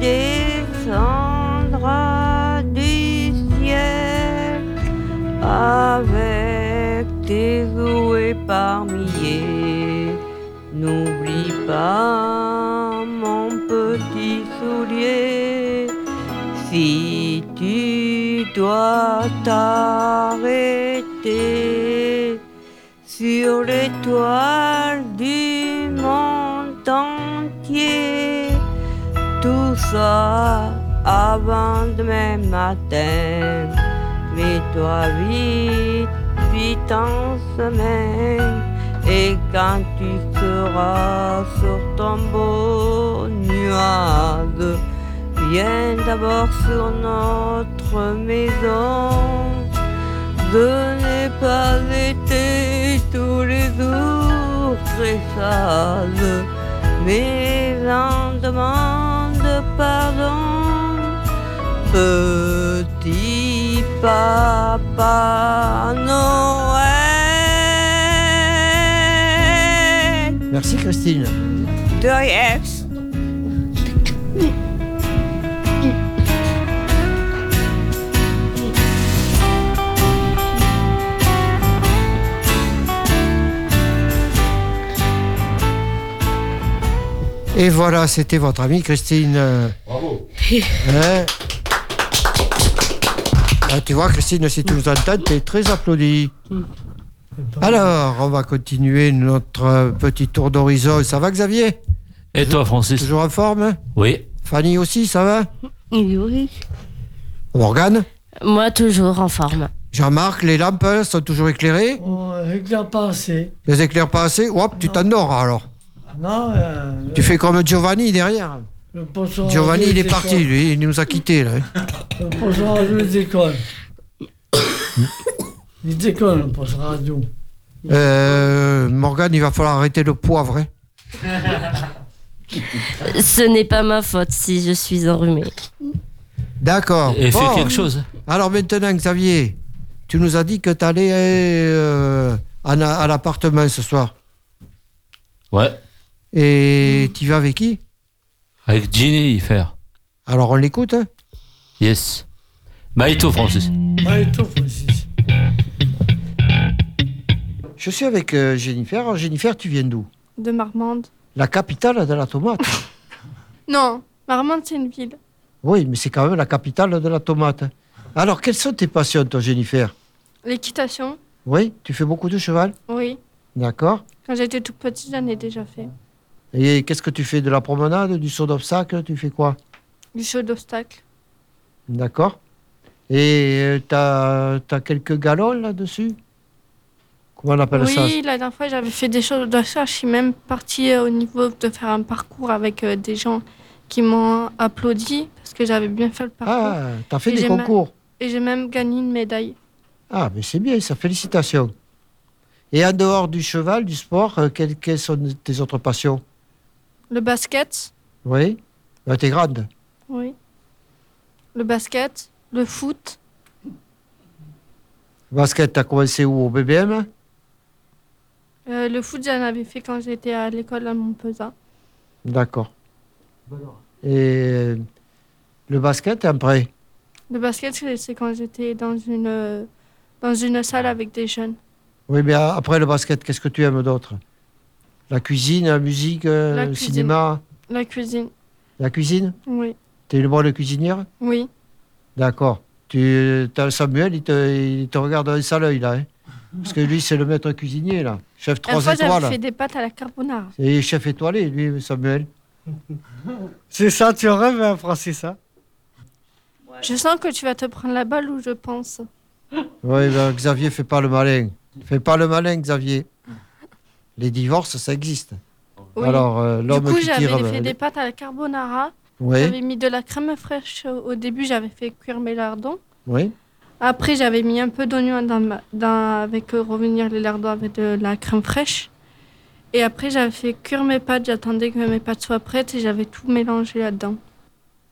S8: descendras du ciel avec tes jouets par milliers. N'oublie pas mon petit soulier si tu dois t'arrêter sur l'étoile du monde entier. Tout ça avant demain matin. Mets-toi vite, vite en semaine. Et quand tu seras sur ton beau nuage, viens d'abord sur notre maison. Je n'ai pas été tous les jours très sage, mais j'en demande pardon. Petit papa Noël
S2: Merci, Christine.
S8: de Rex.
S2: Et voilà, c'était votre amie Christine.
S14: Bravo.
S2: Hein Ah, tu vois, Christine, si tu nous entends, tu es très applaudie. Alors, on va continuer notre petit tour d'horizon. Ça va, Xavier
S3: Et toi, Francis
S2: Toujours en forme
S3: Oui.
S2: Fanny aussi, ça va
S1: Oui.
S2: Morgane
S1: Moi, toujours en forme.
S2: Jean-Marc, les lampes elles, sont toujours éclairées
S4: Éclaire pas assez.
S2: Les éclairs pas assez Hop, tu t'endors alors.
S4: Non, euh,
S2: Tu fais comme Giovanni derrière.
S4: le
S5: Oh,
S4: poisson
S2: Giovanni,
S4: radio
S2: il est
S4: des
S2: parti,
S4: écoles.
S2: lui, il nous a quittés. Là.
S4: Le poisson radio des écoles. Il déconne, le poisson radio.
S2: Euh, Morgane, il va falloir arrêter le poivre. hein.
S1: Ce n'est pas ma faute si je suis enrhumée.
S2: D'accord.
S3: Et fais quelque chose.
S2: Alors maintenant, Xavier, tu nous as dit que tu allais euh, en a- à l'appartement ce soir.
S3: Ouais.
S2: Et tu vas avec qui
S3: Avec Ginny, faire.
S2: Alors on l'écoute. hein
S3: Yes. Maïto, Francis.
S2: Je suis avec euh, Jennifer. Alors, Jennifer, tu viens d'où
S17: De Marmande.
S2: La capitale de la tomate.
S17: Non, Marmande, c'est une ville.
S2: oui, mais c'est quand même la capitale de la tomate. Alors, quelles sont tes passions, toi, Jennifer
S17: L'équitation,
S2: Oui, tu fais beaucoup de cheval
S17: oui.
S2: D'accord.
S17: Quand j'étais toute petite, j'en ai déjà fait.
S2: Et qu'est-ce que tu fais De la promenade, du saut d'obstacle Tu fais quoi
S17: Du saut d'obstacle.
S2: D'accord. Et tu as, quelques galons là-dessus Comment on appelle ça
S17: Oui, la dernière fois, j'avais fait des choses d'obstacle. Je suis même partie euh, au niveau de faire un parcours avec euh, des gens qui m'ont applaudi parce que j'avais bien fait le parcours.
S2: Ah, tu as fait
S17: Et
S2: des
S17: j'ai ma-
S2: concours
S17: Et j'ai même gagné une médaille.
S2: Ah, mais c'est bien, ça, félicitations. Et en dehors du cheval, du sport, euh, quelles, quelles sont tes autres passions
S17: Le basket,
S2: Oui bah, T'es grande.
S17: oui. Le basket, le foot,
S2: Basket, t'as commencé où Au BBM
S17: Euh, le foot, j'en avais fait quand j'étais à l'école à Montpezat.
S2: D'accord.
S5: Bah
S2: Et le basket, après
S17: Le basket, c'est c'est quand j'étais dans une, euh, dans une salle avec des jeunes.
S2: Oui, mais a- après le basket, qu'est-ce que tu aimes d'autre La cuisine, la musique, euh,
S17: La
S2: le
S17: cuisine.
S2: cinéma
S17: La cuisine,
S2: La cuisine
S17: oui.
S2: T'es une bonne cuisinière
S17: Oui,
S2: D'accord. Tu, t'as- Samuel, il te, il te regarde d'un sale œil, là. hein Parce que lui, c'est le maître cuisinier, là. Chef
S17: la
S2: 3
S17: fois, j'avais
S2: étoiles.
S17: fait des pâtes à la carbonara.
S2: Et chef étoilé, lui, Samuel.
S5: C'est ça, tu rêves, hein, Francis hein
S17: Je sens que tu vas te prendre la balle ou je pense.
S2: Oui, ben, Xavier, fais pas le malin. Fais pas le malin, Xavier. Les divorces, ça existe.
S17: Oui.
S2: Alors, euh,
S17: Du
S2: l'homme
S17: coup,
S2: qui
S17: j'avais
S2: tire.
S17: fait
S2: euh,
S17: des pâtes à la carbonara.
S2: Oui.
S17: J'avais mis de la crème fraîche au début, j'avais fait cuire mes lardons.
S2: Oui.
S17: Après, j'avais mis un peu d'oignon dans, ma- dans- avec euh, revenir les lardons avec de la crème fraîche. Et après, j'avais fait cuire mes pâtes, j'attendais que mes pâtes soient prêtes et j'avais tout mélangé là-dedans.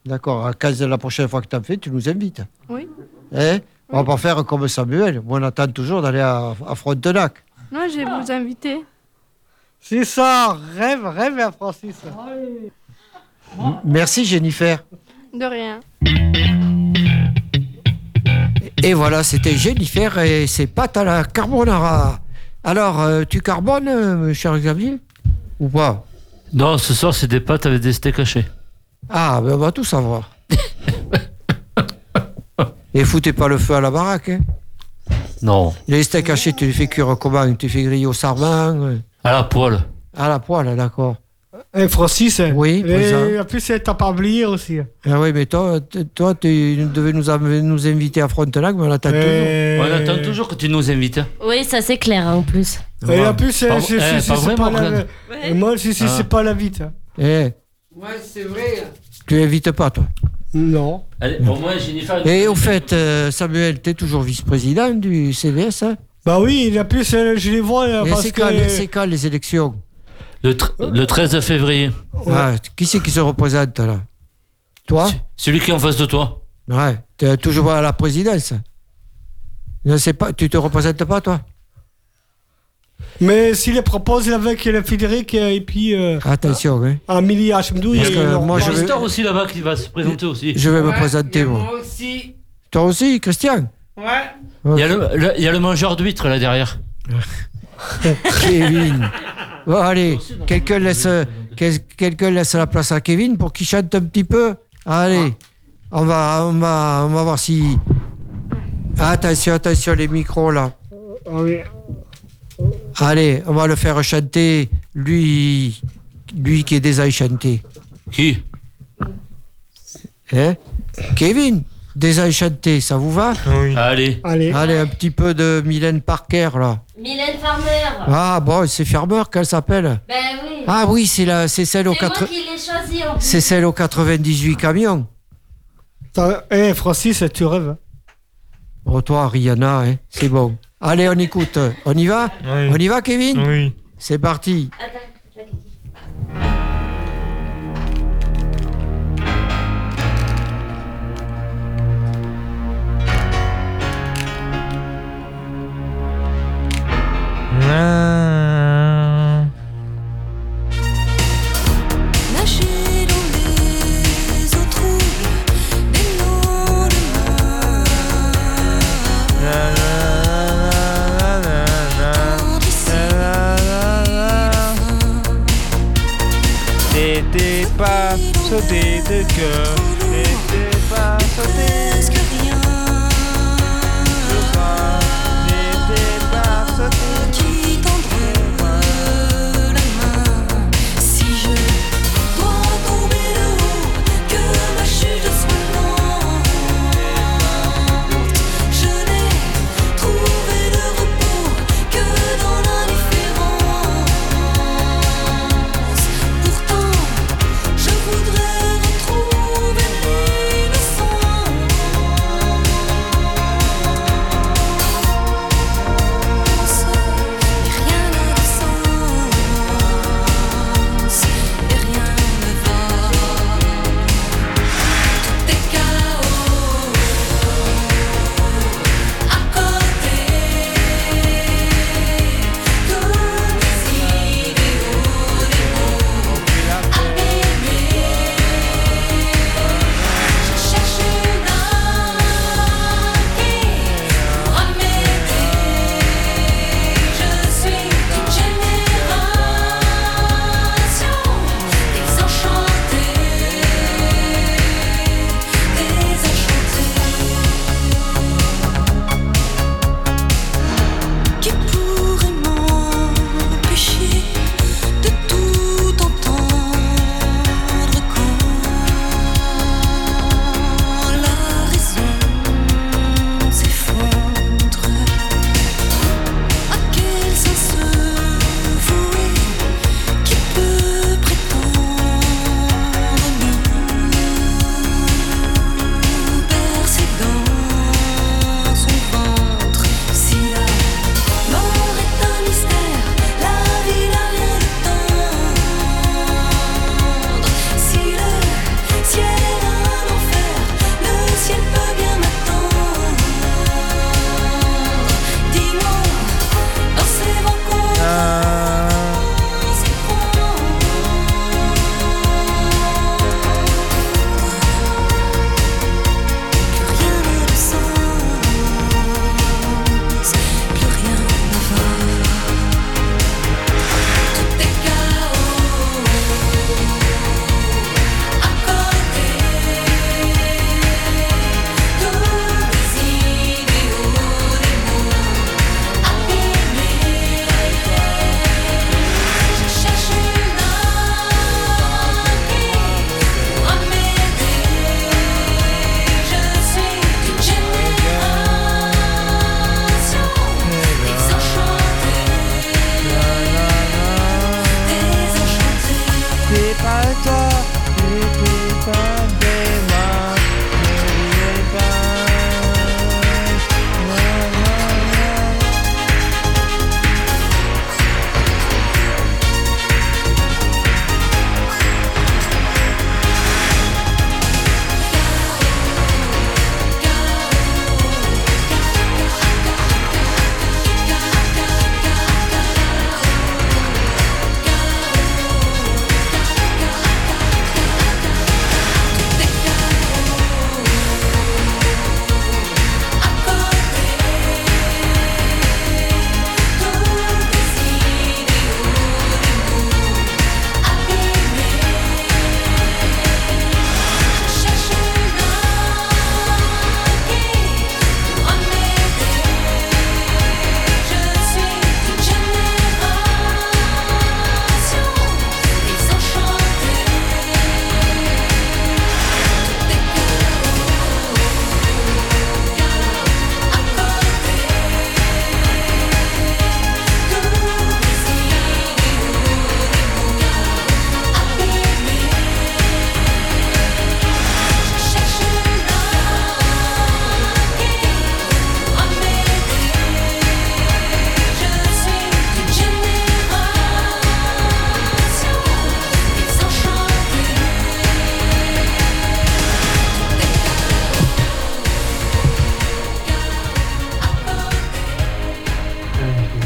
S2: D'accord. À 15 la prochaine fois que t'en fais, tu nous invites.
S17: Oui.
S2: Hein On va pas faire comme Samuel. Moi, on attend toujours d'aller à, à Frontenac.
S17: Non, je vais vous inviter.
S5: C'est ça, rêve, rêve, hein, Francis.
S2: M- Merci, Jennifer.
S17: De rien.
S2: Et voilà, c'était Jennifer et ses pâtes à la carbonara. Alors, euh, tu carbones, euh, cher Xavier Ou pas
S3: Non, ce soir, c'est des pâtes avec des steaks hachés.
S2: Ah, ben on va tout savoir. Et foutez pas le feu à la baraque. hein.
S3: Non.
S2: Les steaks hachés, tu les fais cuire comment Tu les fais griller au sarment euh,
S3: À la poêle.
S2: À la poêle, d'accord.
S5: Eh, Francis Eh.
S2: Oui, présent.
S5: Et en plus, c'est à Pablier aussi. hein.
S2: Ah oui, mais toi, t- toi tu devais nous, am- nous inviter à Frontenac, mais on attend
S5: Eh.
S3: On attend toujours que tu nous invites. hein.
S1: Oui, ça c'est clair en plus.
S2: toujours.
S5: Et en plus, c'est
S3: Pas-
S5: c'est-
S3: eh,
S5: c'est-
S3: pas
S5: c'est-
S3: vrai,
S5: c'est pas la...
S3: Morgane
S5: Et Moi, c'est c'est-
S2: Ah.
S5: c'est pas la vite. hein.
S2: Eh,
S10: Ouais, c'est vrai.
S2: tu invites pas, toi
S5: Non.
S3: Allez, au moins, Jennifer.
S2: Et au fait, euh, Samuel, tu es toujours vice-président du CVS, hein
S5: Bah oui, et en plus, euh, je les vois là,
S2: Et
S5: parce
S2: c'est
S5: que...
S2: quand, les- c'est quand les élections
S3: Le, tr- le 13 février.
S2: Ah, Qui c'est qui se représente, là Toi
S3: Celui qui est en face de toi.
S2: Ouais, tu es toujours à la présidence. Je sais pas, tu te représentes pas, toi
S5: Mais s'il les propose avec le Frédéric euh, et puis euh,
S2: Attention, hein.
S5: Amélie Hachemdou,
S2: Parce
S5: il-
S2: que
S5: il leur
S2: moi, je
S5: parle.
S2: vais-
S3: Christian aussi là-bas qui va se présenter aussi.
S2: Je vais me présenter, moi.
S10: aussi.
S2: Toi aussi, Christian
S10: Ouais.
S3: Il y a le, le- il y a le mangeur d'huîtres là derrière.
S2: Kevin. Bon, allez, quelqu'un laisse, quel- quelqu'un laisse la place à Kevin pour qu'il chante un petit peu. Allez, on va, on va, on va voir si. Attention, attention, les micros là.
S5: Ah oui.
S2: Allez, on va le faire chanter, lui, lui qui est déjà chanté.
S3: Qui
S2: Hein Kevin, déjà chanté, ça vous va
S3: Allez.
S5: Allez.
S2: un petit peu de Mylène Parker là.
S1: Mylène Farmer
S2: Ah bon, c'est Fermeur qu'elle s'appelle.
S1: Ben oui
S2: Ah oui, c'est la, c'est celle au 4.
S1: qui l'ai choisi en
S2: C'est celle au 98 camions.
S5: T'as- Eh, Francis, tu rêves. hein.
S2: Oh, toi, Rihanna, hein, c'est bon. Allez, on écoute. On y va On y va, Kevin Oui. C'est parti.
S15: Nager dans les eaux troubles des lendemains
S10: N'était pas sauté de cœur. N'était pas sauté. Presque rien.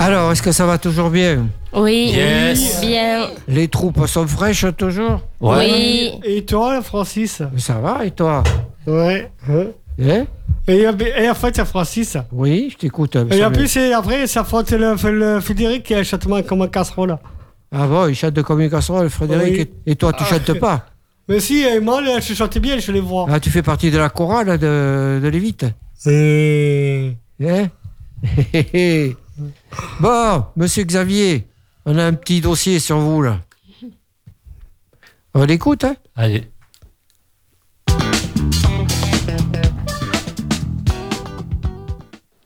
S2: Alors, est-ce que ça va toujours bien
S1: Oui,
S2: Yes.
S1: bien.
S2: Les troupes sont fraîches toujours
S1: Oui.
S5: Et toi, Francis
S2: Ça va, et toi
S5: Ouais. hein.
S2: Eh
S5: Et, et en fait, c'est Francis.
S2: Oui, je t'écoute. hein,
S5: Et en
S2: Samuel.
S5: plus, et après, ça frotte le, le Frédéric qui a un chantement comme un casserole.
S2: Ah bon, il chante comme une casserole, Frédéric,
S5: Oui.
S2: et, et toi, tu
S5: Ah.
S2: chantes pas
S5: Mais si, et moi, là, je chantais bien, je les vois.
S2: Ah, tu fais partie de la chorale de, de Lévite Hein Hé, hé, hé. Bon, monsieur Xavier, on a un petit dossier sur vous, là. On l'écoute, hein
S3: Allez.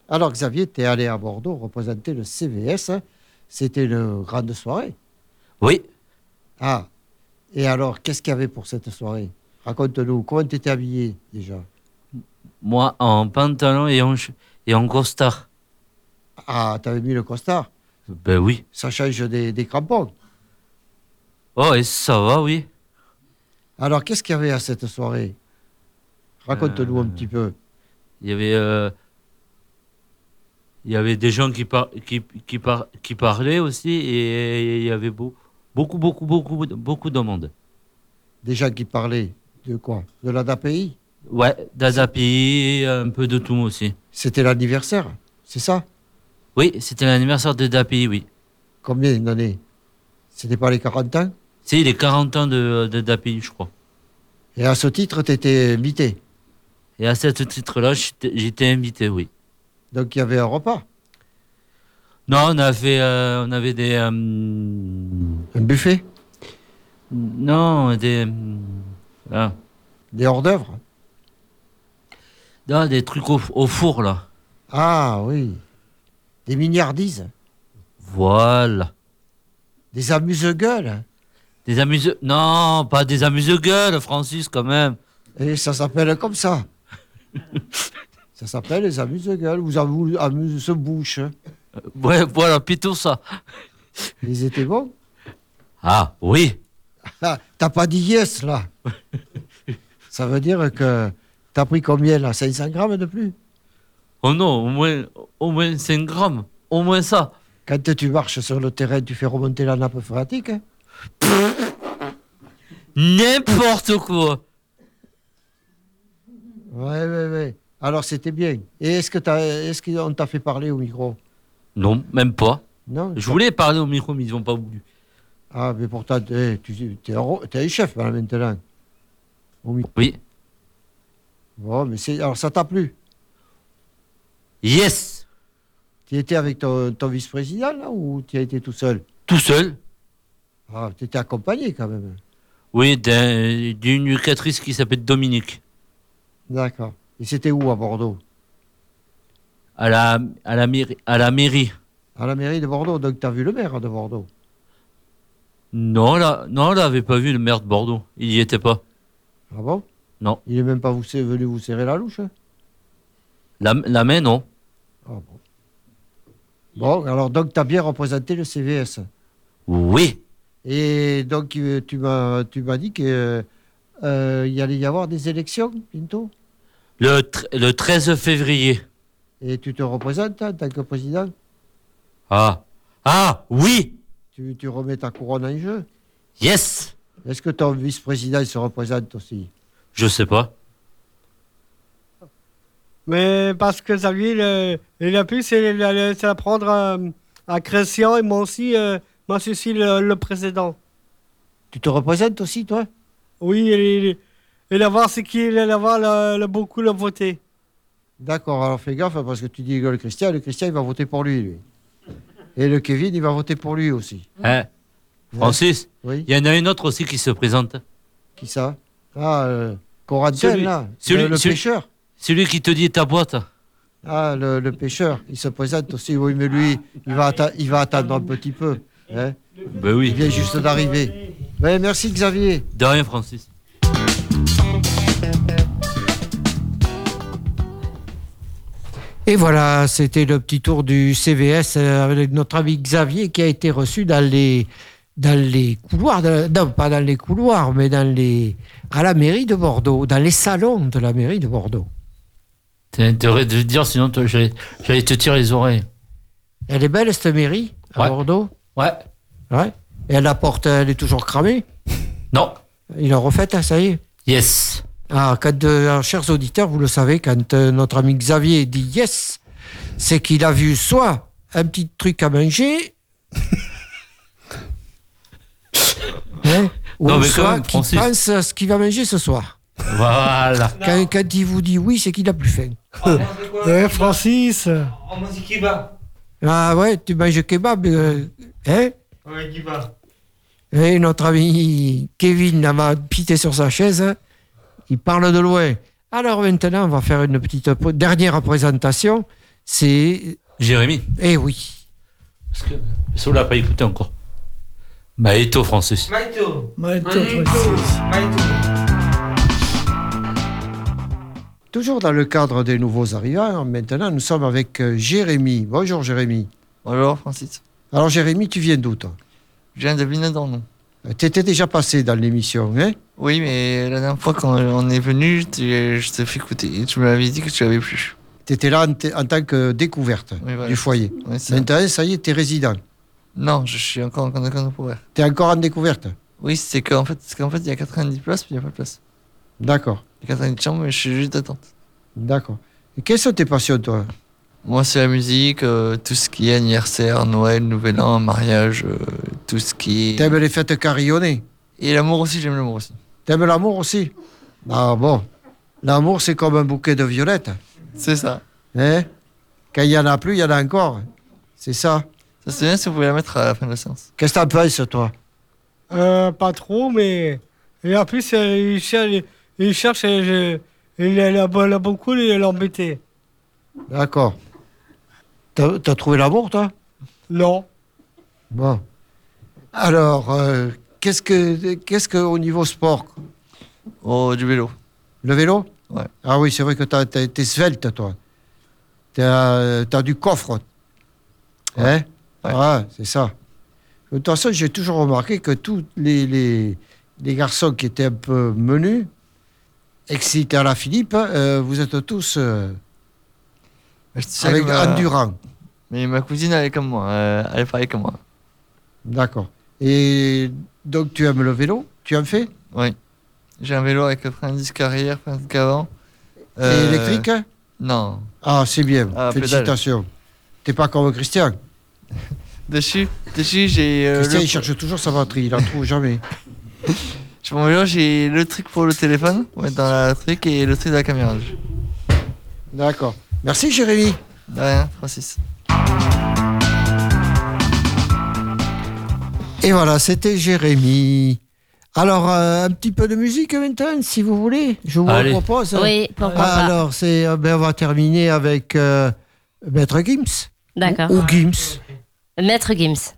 S2: Alors, Xavier, tu es allé à Bordeaux représenter le CVS. hein. C'était une grande soirée.
S3: Oui.
S2: Ah, et alors, qu'est-ce qu'il y avait pour cette soirée Raconte-nous, comment tu étais habillé déjà
S3: Moi, en pantalon et en, ch- et en costard.
S2: Ah, tu avais mis le costard
S3: Ben oui.
S2: Ça change des, des crampons.
S3: Oh, et ça va, oui.
S2: Alors, qu'est-ce qu'il y avait à cette soirée Raconte-nous
S3: Euh,
S2: un petit peu.
S3: Il y avait, euh, il y avait des gens qui, par- qui, qui, par- qui parlaient aussi et il y avait beau- beaucoup, beaucoup, beaucoup, beaucoup de monde.
S2: Des gens qui parlaient de quoi De l'ADAPI
S3: Ouais, d'Adapi, un peu de tout aussi.
S2: C'était l'anniversaire, c'est ça
S3: Oui, c'était l'anniversaire de Dapi, oui.
S2: Combien d'années C'était pas les 40 ans
S3: C'est les 40 ans de, de Dapi, je crois.
S2: Et à ce titre, tu étais invité.
S3: Et à ce titre-là, j'étais j'étais invité, oui.
S2: Donc, il y avait un repas.
S3: Non, on avait, euh, on avait des.
S2: Un buffet
S3: Non, des. euh, ah.
S2: Des hors-d'œuvre
S3: Non, des trucs au, au four, là.
S2: Ah oui. Des milliardises,
S3: Voilà.
S2: des amuse-gueules.
S3: Des amuse. Non, pas des amuse-gueules, Francis, quand même.
S2: Et ça s'appelle comme ça. ça s'appelle les amuse-gueules. Vous avez amuse-bouche.
S3: Ouais, voilà, plutôt ça.
S2: Ils étaient bons.
S3: Ah, oui.
S2: Ah, T'as pas dit yes, là. ça veut dire que t'as pris combien, là 500 grammes de plus
S3: Oh non, au moins, au moins 5 grammes. Au moins ça.
S2: Quand tu marches sur le terrain, tu fais remonter la nappe phréatique. hein
S3: N'importe quoi.
S2: Ouais, ouais, ouais. Alors, c'était bien. Et est-ce que t'as- est-ce qu'on t'a fait parler au micro
S3: Non, même pas.
S2: Non
S3: Je voulais parler au micro, Ah mais ils n'ont pas voulu.
S2: Ah, mais pourtant, t'es- tu es, un chef là, maintenant. Au mi-
S3: Oui.
S2: Bon, mais c'est, alors ça t'a plu
S3: Yes
S2: Tu étais avec ton, ton vice-président là ou tu as été tout seul
S3: Tout seul
S2: Ah, tu étais accompagné quand même.
S3: Oui, d'un- d'une éducatrice qui s'appelle Dominique.
S2: D'accord. Et c'était où à Bordeaux
S3: À la, à la, mairie, à la mairie.
S2: À la mairie de Bordeaux. Donc tu as vu le maire de Bordeaux
S3: Non, là, non, on l'avait pas vu, le maire de Bordeaux. Il y était pas.
S2: Ah bon
S3: Non.
S2: Il est même pas vous, venu vous serrer la louche hein
S3: La, la main, non.
S2: Ah bon. Bon, alors donc tu as bien représenté le CVS.
S3: Oui.
S2: Et donc euh, tu m'as, tu m'as dit qu'il allait y avoir des élections bientôt
S3: Le, tr- le 13 février.
S2: Et tu te représentes hein, en tant que président
S3: Ah. Ah, oui
S2: tu, tu remets ta couronne en jeu
S3: Yes
S2: Est-ce que ton vice-président se représente aussi
S3: Je sais pas.
S5: Mais parce que Xavier, le- il a pu c'est la laisser apprendre à, à Christian et moi aussi, euh, moi c'est aussi le, le précédent.
S2: Tu te représentes aussi, toi
S5: Oui, et, et, l'avoir, c'est qu'il allait avoir le, le beaucoup le voté.
S2: D'accord, alors fais gaffe hein, parce que tu dis que le Christian, le Christian il va voter pour lui, lui. Et le Kevin il va voter pour lui aussi.
S3: Hein, Francis,
S2: Oui.
S3: il y en a une autre aussi qui se présente.
S2: Qui ça Ah, euh, Coradel, là, le, le
S3: celui-
S2: pêcheur.
S3: celui qui te dit ta boîte.
S2: Ah, le, le pêcheur, il se présente aussi. Oui, mais lui, il va, atta- il va attendre un petit peu. hein.
S3: Ben oui.
S2: Il vient juste d'arriver. Ouais, merci Xavier.
S3: De rien, Francis.
S2: Et voilà, c'était le petit tour du CVS euh, avec notre ami Xavier qui a été reçu dans les, dans les couloirs, de- non pas dans les couloirs, mais dans les, à la mairie de Bordeaux, dans les salons de la mairie de Bordeaux.
S3: T'as intérêt de le dire, sinon toi, j'allais j'allais te tirer les oreilles.
S2: Elle est belle, cette mairie, à Bordeaux
S18: Ouais.
S2: Ouais. Et la porte, elle est toujours cramée
S18: Non.
S2: Il a refaite, hein, ça y est
S18: Yes.
S2: Ah, quand, euh, alors, chers auditeurs, vous le savez, quand euh, notre ami Xavier dit yes, c'est qu'il a vu soit un petit truc à manger, hein, ou
S18: Non, mais quand
S2: soit
S18: même,
S2: qu'il
S18: Francis.
S2: pense à ce qu'il va manger ce soir.
S18: Voilà.
S2: Quand, quand il vous dit oui, c'est qu'il a plus faim.
S4: Eh, Francis
S13: On mange du kebab.
S2: Ah ouais, tu manges kebab, euh, hein
S13: Ouais, kebab.
S2: Et notre ami Kevin là, m'a pité sur sa chaise. hein. Il parle de loin. Alors maintenant, on va faire une petite pr- dernière présentation. C'est.
S18: Jérémy.
S2: Eh oui.
S18: Parce que Soul n'a pas écouté encore. Maëto, Francis.
S13: Maïto.
S4: Maïto,
S13: Francis.
S2: Toujours dans le cadre des nouveaux arrivants, maintenant, nous sommes avec euh, Jérémy. Bonjour Jérémy.
S19: Bonjour Francis.
S2: Alors Jérémy, tu viens d'où toi
S19: Je viens de Vinodon.
S2: Tu étais Euh, déjà passé dans l'émission, hein
S19: Oui, mais la dernière fois quand on est venu, je t'ai- je t'ai fait écouter et tu m'avais dit que tu l'avais plus.
S2: Tu étais là en, t- en tant que découverte
S19: Oui, voilà.
S2: du foyer.
S19: Euh, Oui, c'est ça.
S2: maintenant, ça y est, tu es résident.
S19: Non, je suis encore en contemporain.
S2: Tu es encore en découverte
S19: Oui, c'est qu'en fait, c'est qu'en fait, il y a 90 places, mais il n'y a pas de place.
S2: D'accord.
S19: Il y a 90 chambres, mais je suis juste d'attente.
S2: D'accord. Et quelles sont tes passions, toi
S19: Moi, c'est la musique, euh, tout ce qui est anniversaire, Noël, Nouvel An, mariage, euh, tout ce qui est.
S2: T'aimes les fêtes carillonnées
S19: Et l'amour aussi, j'aime l'amour aussi.
S2: T'aimes l'amour aussi Ah bon, l'amour c'est comme un bouquet de violettes.
S19: C'est ça.
S2: Hein Quand il n'y en a plus, il y en a encore. C'est ça.
S19: Ça serait bien si vous pouvez la mettre à la fin de la séance.
S2: Qu'est-ce que t'en penses, toi
S5: Euh, pas trop, mais. Et en plus, euh, il cherche, il cherche, et je- il est là, là beaucoup, il est embêté.
S2: D'accord. T'as t'as trouvé l'amour, toi
S5: Non.
S2: Bon. Alors, euh, qu'est-ce que, qu'est-ce que au niveau sport
S19: Oh, du vélo.
S2: Le vélo
S19: Ouais.
S2: Ah oui, c'est vrai que t'as- t'as- t'es svelte, toi. T'as as du coffre. Hein Ah, c'est ça. De toute façon, j'ai toujours remarqué que tous les, les, les garçons qui étaient un peu menus, excités à la Philippe, euh, vous êtes tous euh,
S19: Je te dirais
S2: avec
S19: que ma-
S2: endurant.
S19: Mais ma cousine, elle est comme moi. euh, elle est pareille comme moi.
S2: D'accord. Et donc, tu aimes le vélo Tu en fais
S19: Oui. J'ai un vélo avec 90 carrière, 90 avant.
S2: Et électrique
S19: Non.
S2: Ah, c'est bien.
S19: Ah, pédale.
S2: Félicitations. T'es pas comme Christian.
S19: Dessus, dessus j'ai. euh,
S2: Christian,
S19: le-
S2: il cherche toujours sa batterie, il en trouve jamais.
S19: Sur mon vélo, j'ai le truc pour le téléphone, pour mettre dans la truc, et le truc de la caméra.
S2: D'accord. Merci, Jérémy.
S19: De rien, Francis.
S2: Et voilà, c'était Jérémy. Alors, euh, un petit peu de musique maintenant, si vous voulez. Je vous
S1: Allez.
S2: le propose.
S1: Oui, pourquoi pas.
S2: Alors, c'est, euh, ben, on va terminer avec euh, Maître Gims.
S1: D'accord.
S2: Ou, ou Gims.
S1: Maître Gims.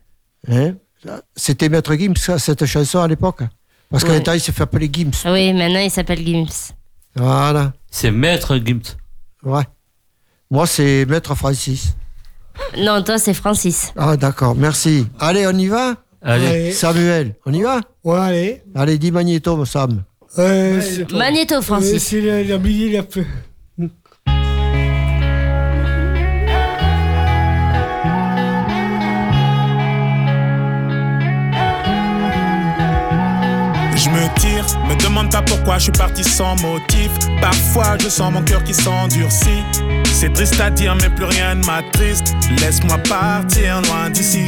S2: hein. C'était Maître Gims, ça, cette chanson à l'époque. Parce
S1: Ouais.
S2: qu'à l'état, il s'est fait appeler Gims.
S1: Oui, maintenant il s'appelle Gims.
S2: Voilà.
S18: C'est Maître Gimt.
S2: Ouais. Moi, c'est Maître Francis.
S1: Non, toi c'est Francis.
S2: Ah, d'accord, merci. Allez, on y va
S1: Allez. Allez.
S2: Samuel, on y va
S5: Ouais, allez.
S2: Allez, dis magnéto, Sam.
S5: Euh,
S1: Magnéto, Francis.
S5: Euh, C'est le- il a oublié la feu.
S20: Je me tire, me demande pas pourquoi je suis parti sans motif. Parfois je sens mon cœur qui s'endurcit. C'est triste à dire, mais plus rien ne m'attriste. Laisse-moi partir loin d'ici.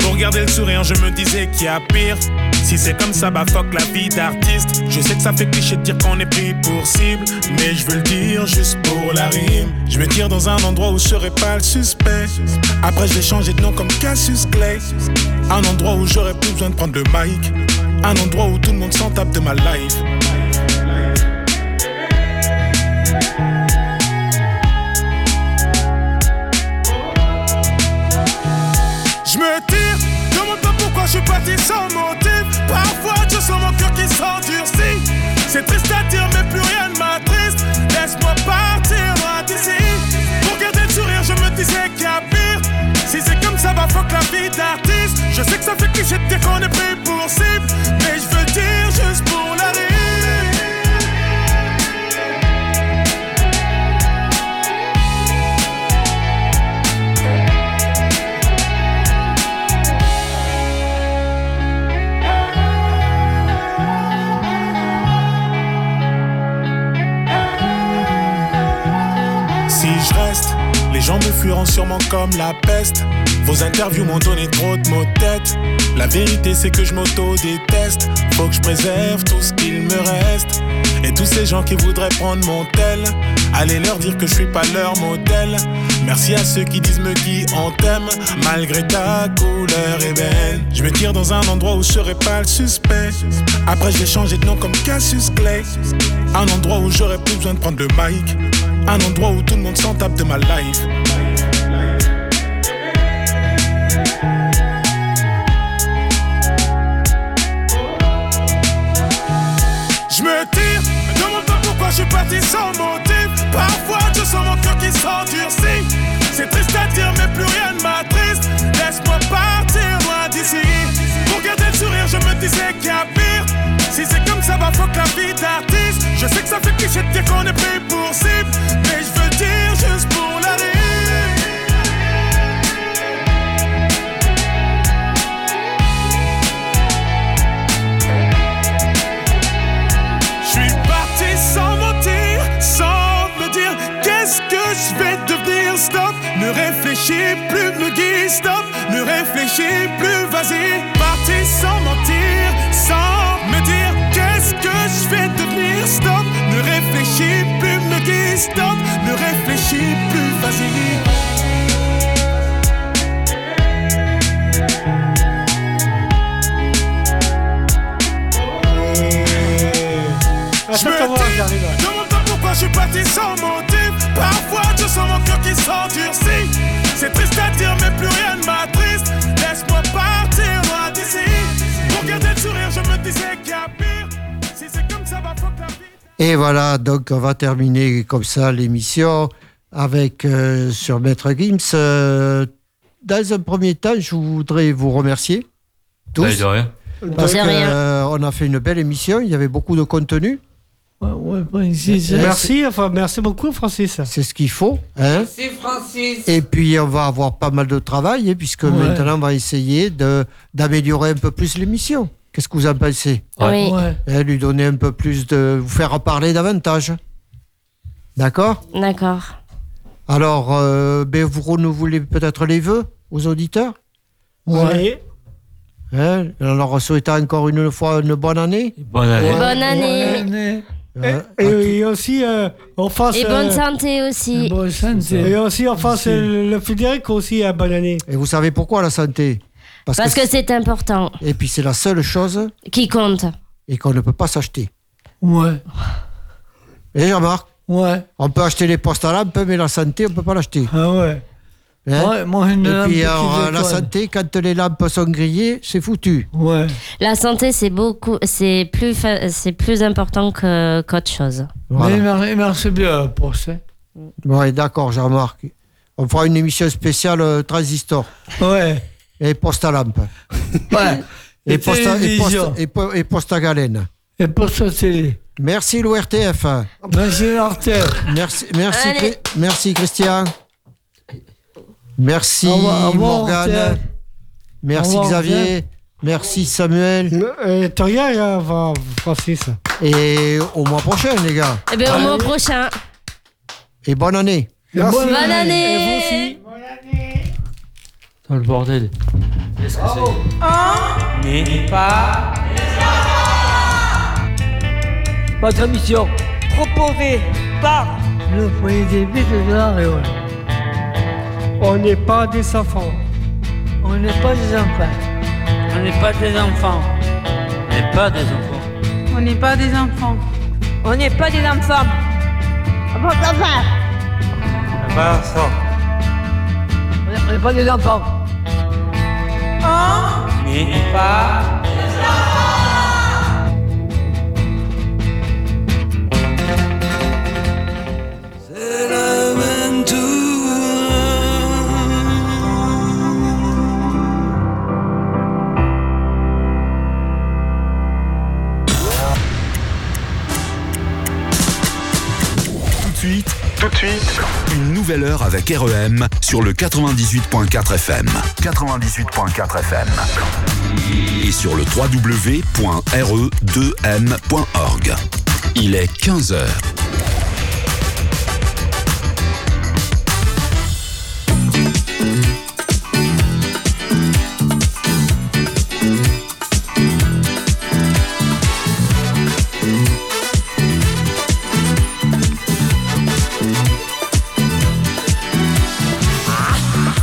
S20: Pour garder le sourire, je me disais qu'il y a pire. Si c'est comme ça, bah fuck la vie d'artiste. Je sais que ça fait cliché de dire qu'on est pris pour cible. Mais je veux le dire juste pour la rime. Je me tire dans un endroit où je serai pas le suspect. Après, je vais changer de nom comme Cassius Clay. Un endroit où j'aurais plus besoin de prendre le mic. Un endroit où tout le monde s'en tape de ma life.
S21: Je me tire, demande pas pourquoi je suis parti sans motif. Parfois je sens mon cœur qui s'endurcit. C'est triste à dire, mais plus rien ne m'attriste. Laisse-moi partir loin d'ici. Pour garder le sourire, je me disais qu'il y a pire. Si c'est comme ça, bah fuck la vie d'artiste. Je sais que ça fait cliché de dire qu'on est pris pour cible. Mais je veux le dire juste pour la rire. temps sûrement comme la peste. Vos interviews m'ont donné trop de mots de tête. La vérité c'est que je m'auto-déteste. Faut que je préserve tout ce qu'il me reste. Et tous ces gens qui voudraient prendre mon tel, allez leur dire que je suis pas leur modèle. Merci à ceux qui disent me qui en t'aime, malgré ta couleur ébène. Je me tire dans un endroit où je serai pas le suspect. Après j'ai changé de nom comme Cassius Clay. Un endroit où j'aurais plus besoin de prendre le mic. Un endroit où tout le monde s'en tape de ma life. Je me tire, me demande pas pourquoi je suis parti sans motif. Parfois je sens mon cœur qui s'endurcit. C'est triste à dire, mais plus rien ne m'attriste. Laisse-moi partir loin d'ici. Pour garder le sourire, je me disais qu'il y a pire. Si c'est comme ça, va faut que la vie d'artiste. Je sais que ça fait cliché de dire qu'on est pris pour cible. Mais je veux le dire juste pour la rire. Je suis parti sans mentir, sans me dire qu'est-ce que je vais devenir. Stop, ne réfléchis plus, me guide. Stop, ne réfléchis plus, vas-y. Parti sans mentir, sans me dire qu'est-ce que je vais devenir. Stop, ne réfléchis plus, me guide. Stop, ne réfléchis plus, vas-y. Je me dis, demande pas pourquoi je suis parti sans motif. Parfois je sens mon cœur qui s'endurcit. C'est triste à dire, mais plus rien ne m'attriste. Laisse-moi partir loin d'ici. Pour garder le sourire, je me disais qu'il y a pire. Si c'est comme ça, va faut que la vie.
S2: Et voilà, donc on va terminer comme ça l'émission avec euh, sur Maître Gims. euh, dans un premier temps, je voudrais vous remercier tous.
S18: Ben, de rien.
S2: Parce
S18: De
S2: que,
S18: rien.
S2: euh, on a fait une belle émission, il y avait beaucoup de contenu. Euh,
S5: Merci, enfin, merci beaucoup, Francis.
S2: C'est ce qu'il faut. hein.
S15: Merci Francis.
S2: Et puis on va avoir pas mal de travail, hein, puisque maintenant on va essayer de- d'améliorer un peu plus l'émission. Qu'est-ce que vous en pensez
S15: Ouais. Oui. Ouais.
S2: Hein, Lui donner un peu plus de. vous faire parler davantage. D'accord
S1: D'accord.
S2: Alors, euh, ben, vous renouvelez peut-être les vœux aux auditeurs
S5: Ouais.
S2: Hein, en leur souhaitant encore une fois une bonne année.
S18: Bonne année.
S1: Bonne année.
S5: Et, et aussi, euh, en face.
S1: Et bonne santé aussi.
S5: Et aussi, en face, euh, le Frédéric aussi, euh, bonne année.
S2: Et vous savez pourquoi la santé
S1: Parce que c'est important.
S2: Et puis c'est la seule chose
S1: qui compte.
S2: Et qu'on ne peut pas s'acheter.
S4: Ouais.
S2: Et Jean-Marc
S4: Ouais.
S2: On peut acheter les postes à lampe, mais la santé, on ne peut pas l'acheter. Hein
S4: Ah ouais. Ouais, moi, une
S2: Et
S4: lampe
S2: puis
S4: petite
S2: alors, la
S4: étoile.
S2: santé, quand les lampes sont grillées, c'est foutu.
S4: Ouais.
S1: La santé, c'est beaucoup, c'est plus, fa- c'est plus important que qu'autre chose.
S4: Mais il mar- il marche bien, le procès.
S2: Ouais, d'accord, Jean-Marc. On fera une émission spéciale euh, transistor.
S4: Ouais.
S2: Et poste à lampe.
S4: Ouais.
S2: Et,
S4: Et
S2: poste, à- et, poste,
S4: télévision.
S2: et po- et poste à galène.
S4: Et poste à télé.
S2: Merci l'ORTF.
S4: Merci l'ORTF.
S2: Merci, merci,
S4: Allez.
S2: Chri- merci Christian. Merci
S4: Au revoir, au revoir,
S2: Morgane.
S4: RTF.
S2: Merci
S5: Au revoir,
S2: Xavier.
S5: RTF.
S2: Merci Samuel.
S5: Et t'as rien, euh, Fra- Francis.
S2: Et au mois prochain, les gars.
S1: Eh bien, au mois prochain.
S2: Et bonne année.
S1: Bonne, année.
S3: Dans le bordel. Qu'est-ce que c'est N'est pas.
S13: Votre émission proposée par le foyer des villes de la Réole.
S5: On n'est pas des enfants.
S13: On n'est pas des enfants.
S9: On n'est pas des enfants.
S3: N'est pas des enfants.
S9: On n'est pas des enfants. On n'est pas des enfants.
S3: Pas des enfants.
S9: On n'est pas des enfants.
S3: N'est pas.
S20: Tout de suite, tout de suite, une nouvelle heure avec REM sur le 98.4 FM. 98.4 FM. Et sur E le www.re2m.org. Il est 15 heures.